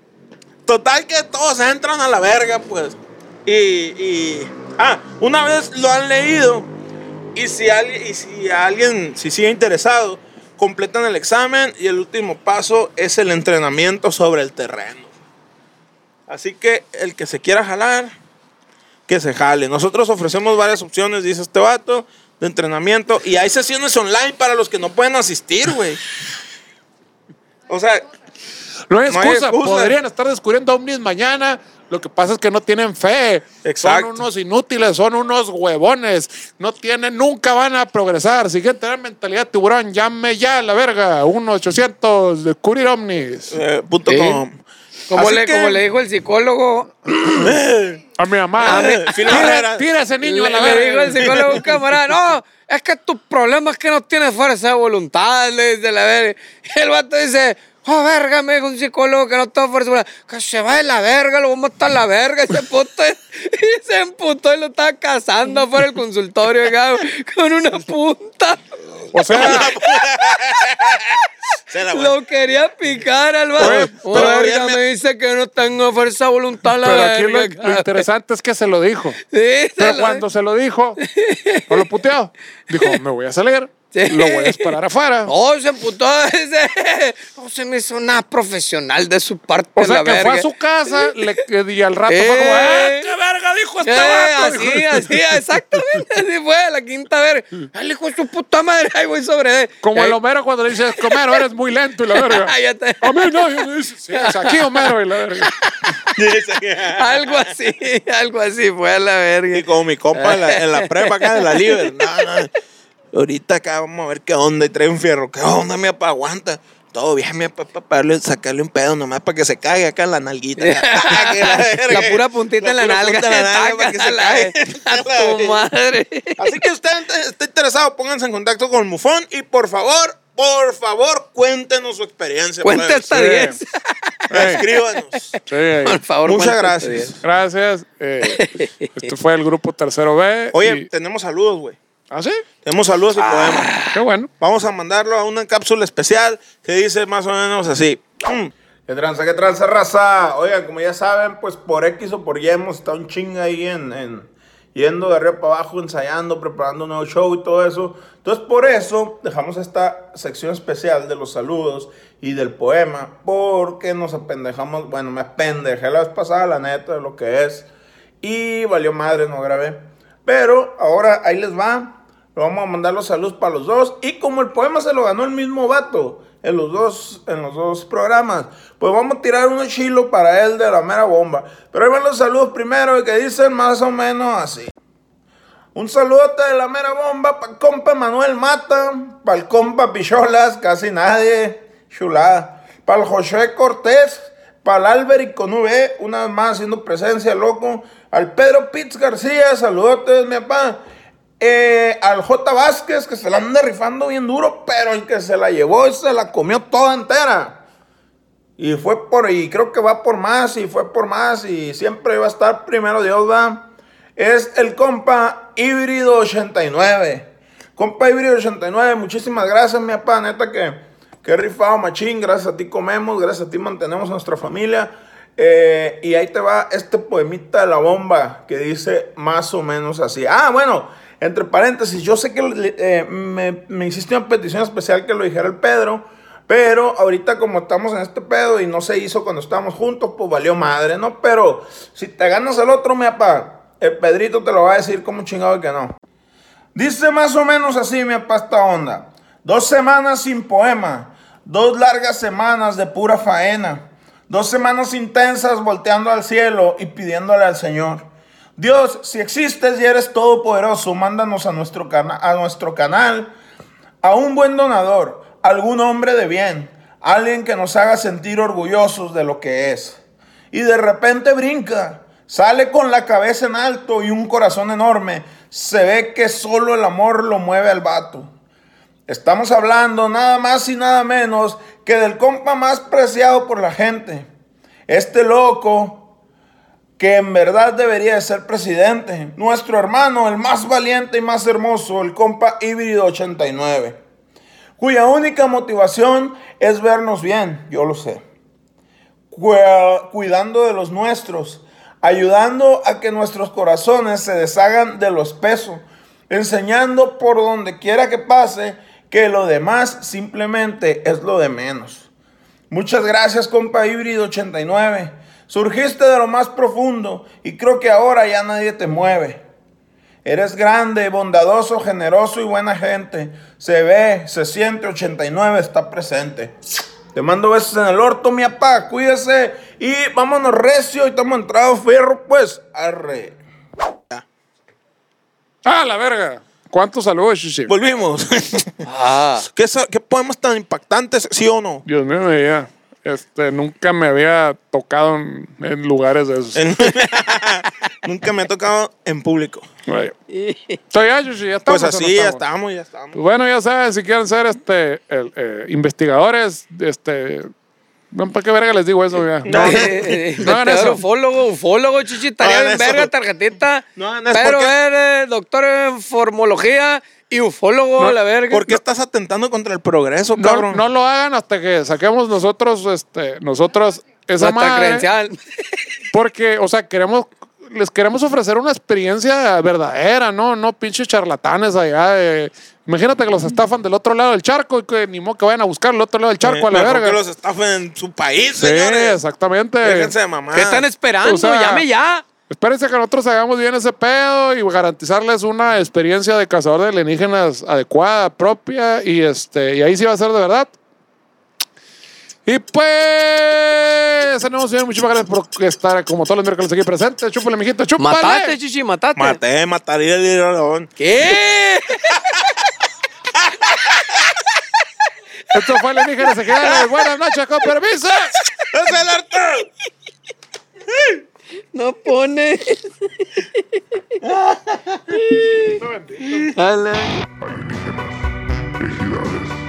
[SPEAKER 2] Total que todos entran a la verga, pues. Y, y- Ah, una vez lo han leído. Y si, alguien, y si alguien, si sigue interesado, completan el examen y el último paso es el entrenamiento sobre el terreno. Así que el que se quiera jalar, que se jale. Nosotros ofrecemos varias opciones, dice este vato, de entrenamiento. Y hay sesiones online para los que no pueden asistir, güey. O sea,
[SPEAKER 1] No hay
[SPEAKER 2] No hay
[SPEAKER 1] excusa.
[SPEAKER 2] excusa.
[SPEAKER 1] Podrían estar descubriendo ovnis mañana. Lo que pasa es que no tienen fe.
[SPEAKER 2] Exacto.
[SPEAKER 1] Son unos inútiles, son unos huevones. No tienen, nunca van a progresar. Si quieren tener mentalidad tiburón, llame ya a la verga. 1-800, descubrir ovnis.
[SPEAKER 2] eh, punto
[SPEAKER 3] Sí.
[SPEAKER 2] com.
[SPEAKER 3] Como
[SPEAKER 2] Así
[SPEAKER 3] le,
[SPEAKER 2] que-
[SPEAKER 3] como le dijo el psicólogo,
[SPEAKER 1] A mi mamá.
[SPEAKER 2] A mí- Filo
[SPEAKER 1] Tira,
[SPEAKER 2] Herrera.
[SPEAKER 1] tira Ah, a ese niño
[SPEAKER 3] le,
[SPEAKER 1] a la
[SPEAKER 3] le dijo
[SPEAKER 1] verga.
[SPEAKER 3] el psicólogo camarada, no, es que tus problemas que no tienes fuerza de voluntad, le dice la verga. Y el vato dice, oh, verga, me dijo un psicólogo que no tengo fuerza de voluntad, que se va de la verga, lo vamos a estar la verga, ese puto, y se emputó y lo estaba cazando afuera del consultorio, acá, con una punta,
[SPEAKER 1] O sea,
[SPEAKER 2] Se la voy a-
[SPEAKER 3] lo quería picar al
[SPEAKER 2] Oye,
[SPEAKER 3] vato.
[SPEAKER 2] pero
[SPEAKER 3] Oh, verga,
[SPEAKER 2] bien me-
[SPEAKER 3] me dice que no tengo fuerza de voluntad, la
[SPEAKER 1] pero aquí lo,
[SPEAKER 3] verga.
[SPEAKER 1] lo
[SPEAKER 3] acá.
[SPEAKER 1] interesante es que se lo dijo.
[SPEAKER 3] Sí, se
[SPEAKER 1] Pero
[SPEAKER 3] lo-
[SPEAKER 1] cuando se lo dijo, no lo puteó. Dijo, me voy a salir,
[SPEAKER 3] Sí.
[SPEAKER 1] lo voy a esperar afuera.
[SPEAKER 3] No, se emputó. Ese. No se me hizo nada profesional de su parte.
[SPEAKER 1] O sea,
[SPEAKER 3] la
[SPEAKER 1] que
[SPEAKER 3] verga.
[SPEAKER 1] fue a su casa le- y al rato fue como, ¡ah,
[SPEAKER 3] Eh.
[SPEAKER 1] qué verga dijo este
[SPEAKER 3] Eh,
[SPEAKER 1] vato!
[SPEAKER 3] así, así, exactamente. Así fue, la quinta verga. Ay, hijo de su puta madre. Ay, güey, sobre él.
[SPEAKER 1] Como
[SPEAKER 3] Ay,
[SPEAKER 1] el Homero cuando le dices, Homero, eres muy lento y la verga.
[SPEAKER 3] Ay, eh. Ah, ya te-
[SPEAKER 1] A mí no, yo le dices, sí, es aquí Homero y la verga.
[SPEAKER 3] Algo así, algo así fue la
[SPEAKER 2] Y
[SPEAKER 3] verga.
[SPEAKER 2] como mi compa en la, en la prepa acá de la Liber. No, no. Ahorita acá vamos a ver qué onda. Y trae un fierro. ¿Qué onda, mi papá? Aguanta. Todo bien, mi papá, para darle- sacarle un pedo nomás para que se caiga acá en la nalguita. Ah, que verga.
[SPEAKER 3] La pura puntita en la
[SPEAKER 2] pura
[SPEAKER 3] nalga.
[SPEAKER 2] punta en la nalga para que se caiga.
[SPEAKER 3] A tu madre.
[SPEAKER 2] Así que usted ent- está interesado, pónganse en contacto con el Mufón y por favor, por favor, cuéntenos su experiencia.
[SPEAKER 3] Cuenta
[SPEAKER 2] plebes.
[SPEAKER 3] hasta
[SPEAKER 1] Sí.
[SPEAKER 3] 10.
[SPEAKER 2] Escríbanos.
[SPEAKER 1] Sí,
[SPEAKER 3] Por favor,
[SPEAKER 2] Muchas
[SPEAKER 3] cuenta hasta
[SPEAKER 2] gracias.
[SPEAKER 3] 10.
[SPEAKER 1] gracias. Eh, este fue el grupo Tercero B.
[SPEAKER 2] Oye,
[SPEAKER 1] y-
[SPEAKER 2] tenemos saludos, güey.
[SPEAKER 1] ¿Ah, sí?
[SPEAKER 2] Tenemos saludos y podemos.
[SPEAKER 1] Qué bueno.
[SPEAKER 2] Vamos a mandarlo a una cápsula especial que dice más o menos así. Mm. ¿Qué tranza, qué tranza, raza? Oigan, como ya saben, pues por X o por Y hemos estado un chinga ahí en, en- yendo de arriba para abajo, ensayando, preparando un nuevo show y todo eso. Entonces, por eso dejamos esta sección especial de los saludos y del poema, porque nos apendejamos, bueno, me apendejé la vez pasada, la neta, de lo que es. Y valió madre, no grabé. Pero ahora ahí les va. Le vamos a mandar los saludos para los dos. Y como el poema se lo ganó el mismo vato, en los dos, en los dos programas. Pues vamos a tirar un chilo para él de la mera bomba. Pero ahí van los saludos primero y que dicen más o menos así. Un saludote de la mera bomba para compa Manuel Mata, para el compa Picholas, casi nadie, chulada. Para el José Cortés, para el Alberic con V, una vez más haciendo presencia, loco. Al Pedro Pitts García, saludotes, mi papá. Eh, al J. Vázquez, que se la anda rifando bien duro, pero el que se la llevó se la comió toda entera. Y fue por, y creo que va por más, y fue por más, y siempre va a estar primero Dios, va. Es el compa Híbrido 89. Compa Híbrido 89, muchísimas gracias, mi papá, neta que, que rifado, machín. Gracias a ti comemos, gracias a ti mantenemos a nuestra familia. Eh, y ahí te va este poemita de la bomba que dice más o menos así. Ah, bueno, entre paréntesis, yo sé que eh, me, me hiciste una petición especial que lo dijera el Pedro. Pero ahorita como estamos en este pedo y no se hizo cuando estábamos juntos, pues valió madre, ¿no? Pero si te ganas el otro, mi papá, el Pedrito te lo va a decir como chingado que no. Dice más o menos así, mi papá, esta onda. Dos semanas sin poema, dos largas semanas de pura faena, dos semanas intensas volteando al cielo y pidiéndole al Señor. Dios, si existes y eres todopoderoso, mándanos a nuestro, cana- a nuestro canal a un buen donador, algún hombre de bien, alguien que nos haga sentir orgullosos de lo que es. Y de repente brinca, sale con la cabeza en alto y un corazón enorme. Se ve que solo el amor lo mueve al vato. Estamos hablando nada más y nada menos que del compa más preciado por la gente. Este loco que en verdad debería de ser presidente. Nuestro hermano, el más valiente y más hermoso, el compa híbrido 89 cuya única motivación es vernos bien, yo lo sé. Cua- Cuidando de los nuestros, ayudando a que nuestros corazones se deshagan de lo espeso, enseñando por donde quiera que pase que lo demás simplemente es lo de menos. Muchas gracias, compa híbrido 89. Surgiste de lo más profundo y creo que ahora ya nadie te mueve. Eres grande, bondadoso, generoso y buena gente. Se ve, se siente, 89 está presente. Te mando besos en el orto, mi apá. Cuídese. Y vámonos recio. Y estamos entrados fierro, pues. Arre.
[SPEAKER 1] ¡Ah, la verga! ¿Cuántos saludos, Shishi?
[SPEAKER 5] Volvimos.
[SPEAKER 3] Ah,
[SPEAKER 5] ¿Qué, sa- ¿Qué poemas tan impactantes, sí o no?
[SPEAKER 1] Dios mío, me diga. Este, nunca me había tocado en, en lugares de esos.
[SPEAKER 5] En- Nunca me ha tocado en público.
[SPEAKER 1] Vaya. Estoy ya, Shishi, ya estamos.
[SPEAKER 5] Pues
[SPEAKER 1] ¿o no
[SPEAKER 5] así, ya
[SPEAKER 1] estamos?
[SPEAKER 5] estamos, ya estamos.
[SPEAKER 1] Pues bueno, ya saben, si quieren ser este, el- eh, investigadores, este. no, ¿Para qué verga les digo eso? Ya?
[SPEAKER 5] No.
[SPEAKER 1] No hagan eso.
[SPEAKER 3] eh, Investigador ufólogo, ufólogo, chichi, estaría
[SPEAKER 5] hagan
[SPEAKER 3] bien
[SPEAKER 5] eso.
[SPEAKER 3] verga, tarjetita.
[SPEAKER 5] No hagan eso,
[SPEAKER 3] Pero
[SPEAKER 5] porque-
[SPEAKER 3] eres doctor en formología y ufólogo, la verga.
[SPEAKER 5] ¿Por qué estás atentando contra el progreso,
[SPEAKER 1] no,
[SPEAKER 5] cabrón?
[SPEAKER 1] no lo hagan hasta que saquemos nosotros, este, nosotros esa
[SPEAKER 3] Nuestra
[SPEAKER 1] madre,
[SPEAKER 3] credencial.
[SPEAKER 1] Porque, o sea, queremos, les queremos ofrecer una experiencia verdadera, ¿no? No pinches charlatanes allá. de- imagínate que los estafan del otro lado del charco y que ni modo que vayan a buscar el otro lado del charco a la
[SPEAKER 5] Eh, Mejor
[SPEAKER 1] verga.
[SPEAKER 5] que los estafen en su país,
[SPEAKER 1] Sí,
[SPEAKER 5] señores.
[SPEAKER 1] exactamente.
[SPEAKER 5] Déjense de mamá.
[SPEAKER 3] ¿Qué están esperando?
[SPEAKER 1] O sea-
[SPEAKER 3] Llame ya.
[SPEAKER 1] Espérense que nosotros hagamos bien ese pedo y garantizarles una experiencia de cazador de alienígenas adecuada, propia, y este, y ahí sí va a ser de verdad. Y pues, tenemos señor, muchísimas gracias por estar como todos los miércoles aquí presentes. Chúpale, mijito, chúpale.
[SPEAKER 3] Mataste, chichi, mataste.
[SPEAKER 5] Maté, mataría al león.
[SPEAKER 3] ¿Qué?
[SPEAKER 1] Esto fue Alienígenas Ejidales. Buenas noches, con permiso.
[SPEAKER 5] ¡Es el arte!
[SPEAKER 3] No pone. Ala.
[SPEAKER 6] Alienígenas, ejidales.